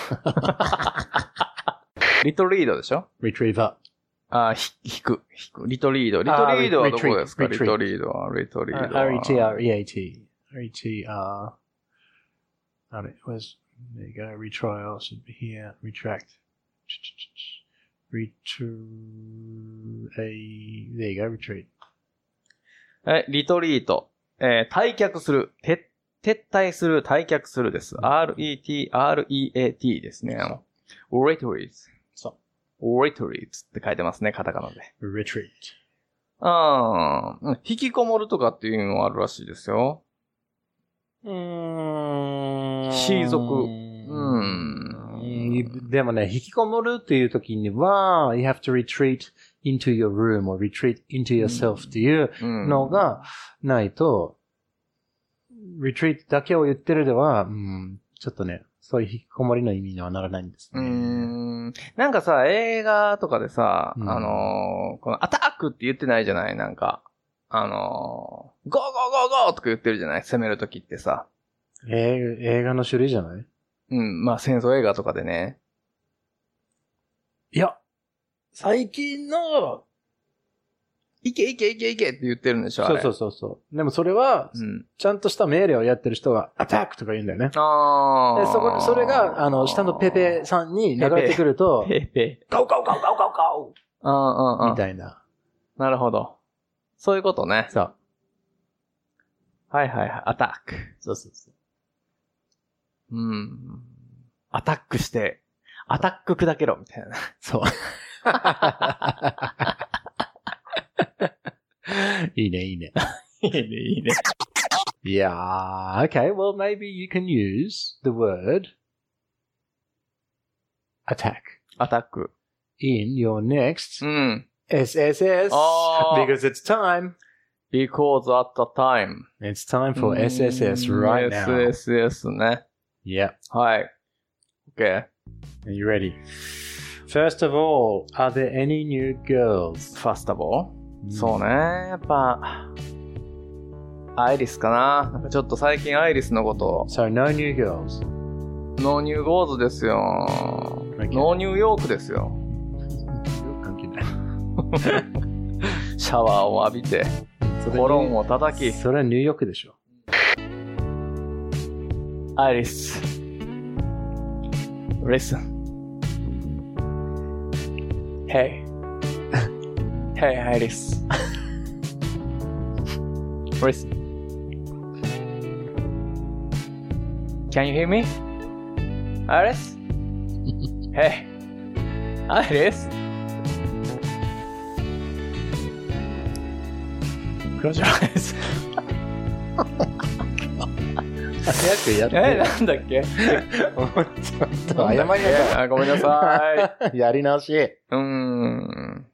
リトリードでしょ
retriever。
あー、ひ、引く、引く。リトリード。リトリードはどこですか
あー
リ
リ
ト
ト
リードは、リトリードは。
R-E-T-R-E-A-T. R-E-T-R. And it was, there you go, retrial should be here, retract. Retru- a there you go, retreat.
え、リトリート。えー退却する。撤、撤退する、退却するです。RET、REAT ですね。retreat。
そ
retreat って書いてますね、カタカナで。
Retreat.
あーうん、引きこもるとかっていうのもあるらしいですよ。退く。うん。
でもね、引きこもるっていう時には、you have to retreat into your room or retreat into yourself っていう
うん
の、がないと、リトリートだけを言ってるでは、うん、ちょっとね、そういう引きこもりの意味にはならないんです
うー
ね。
んなんかさ、映画とかでさ、
うん
あのーこのアタックって言ってないじゃないなんか、あのーゴーゴーゴーゴーとか言ってるじゃない攻めるときってさ。
映映画の種類じゃない
うん、まあ戦争映画とかでね。
いや、最近の、
いけいけいけいけって言ってるんでしょあ
そう
れ
そううそうそう。でもそれは、
そう。うん。
ちゃんとした命令をやってる人は、アタックとか言うんだよね。
あ
で
あ。
そこ、それが、あの、下のペペさんに流れてくると、
ペペ。
ガウガウガウガウガウガ ウ
ああ、あ
み
あ。
たいな。
なるほど。そういうことね。
そう。
はいはいはい。アタック。
そうそうそう。
うん。アタックして、アタック砕けろ、みたいな。
いいね、いいね。
いいね、いいね。
Yeah, okay, well, maybe you can use the word attack
アタック。
in your next
うん。
SSS
Oh.
because it's time.
because at the time.
It's time for
Mm,
SSS right now.
SSS ね。
Yeah,
はい。OK。
are you ready? First of all, are there any new girls?
ファスタボーそうね。やっぱ、アイリスかな。なんかちょっと最近アイリスのこと、
So, no new girls.
ノーニューゴーズですよ。ノーニューヨークですよ。シャワーを浴びて、コロンを叩き、
それはニューヨークでしょ。
Iris. Listen. Hey. hey, Iris. Listen. Can you hear me? Iris? hey. Iris? Close your eyes.
早くやっ
え、
て。
なんだっけ
ちょっと謝りなさい。
あごめんなさい。
やり直し。
うーん。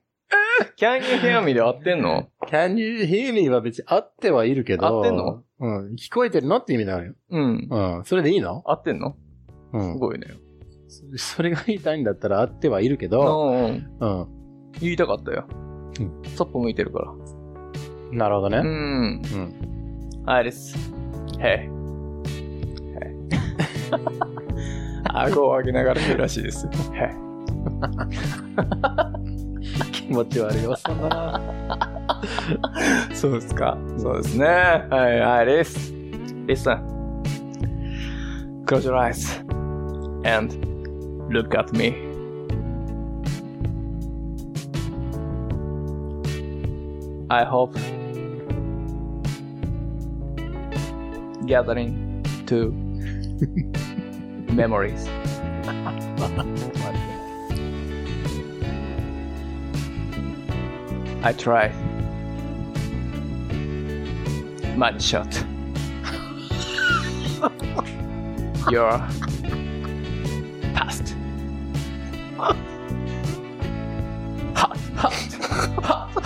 Can you hear me で合ってんの
Can you hear me は別に合ってはいるけど。
合ってんの
うん。聞こえてるのって意味だよ。
うん。
うん。それでいいの
合ってんの
う
す
ん。
ごいね。
それが言いたいんだったら合ってはいるけ
う
ど。
んうん。
うん。
言いたかったよ。そっぽ向いてるから。
なるほど
う
ね。
ん。
うん。
アイリス。Hey. 顎を上げながら言うらしいですよ。
気持ち悪いおっさんだな。
そうですか。そうですね。はい、はい、レース。Listen. Close your eyes and look at me. I hope gathering two memories. I tried mud shot. Your past. Hot, hot, hot, hot, hot,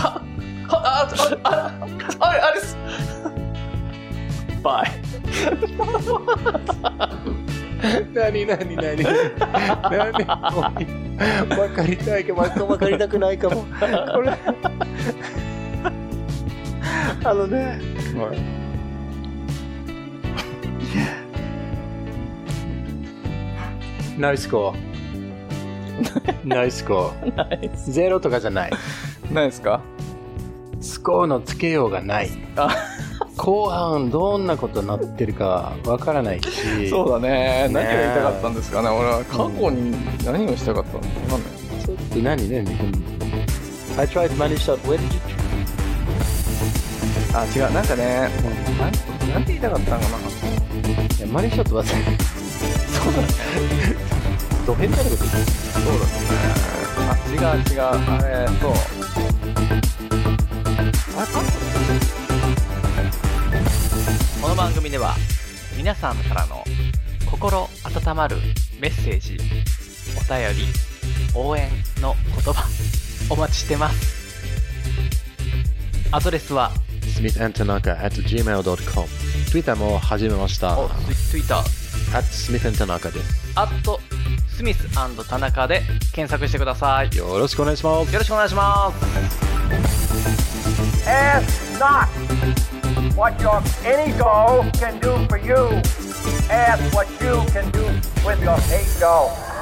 hot, hot, hot, hot. Bye.
なになになになにわかりたいけど、わかわかりたくないかも。これ。あのね。ナイスコ ー。ナイスコー。ゼロとかじゃない。
何ですか
スコーのつけようがない
あ。
後半どんなことになってるかわからないし。
そうだね
ね
何が言いたかったんですかね俺は過去に何をしたかったのか分かんない
って何ね I tried money shot where did you
あ違うなんかねなんなんて言いたかったのかない
やマネーショット忘れそうだド変態なこと言って
そうだねあ違う違うあれそうあれ過去
この番組では皆さんからの心温まるメッセージ、お便り、応援の言葉お待ちしてます。アドレスは、
smithandtanaka at gmail.com。Twitter も始めました。
お、ツイッター、
at smithandtanaka です。
アットスミス田中で検索してください。よ
よろしくお願いします。
ろしくお願いします。
Ask not what your any doll can do for you. Ask what you can do with your eight doll.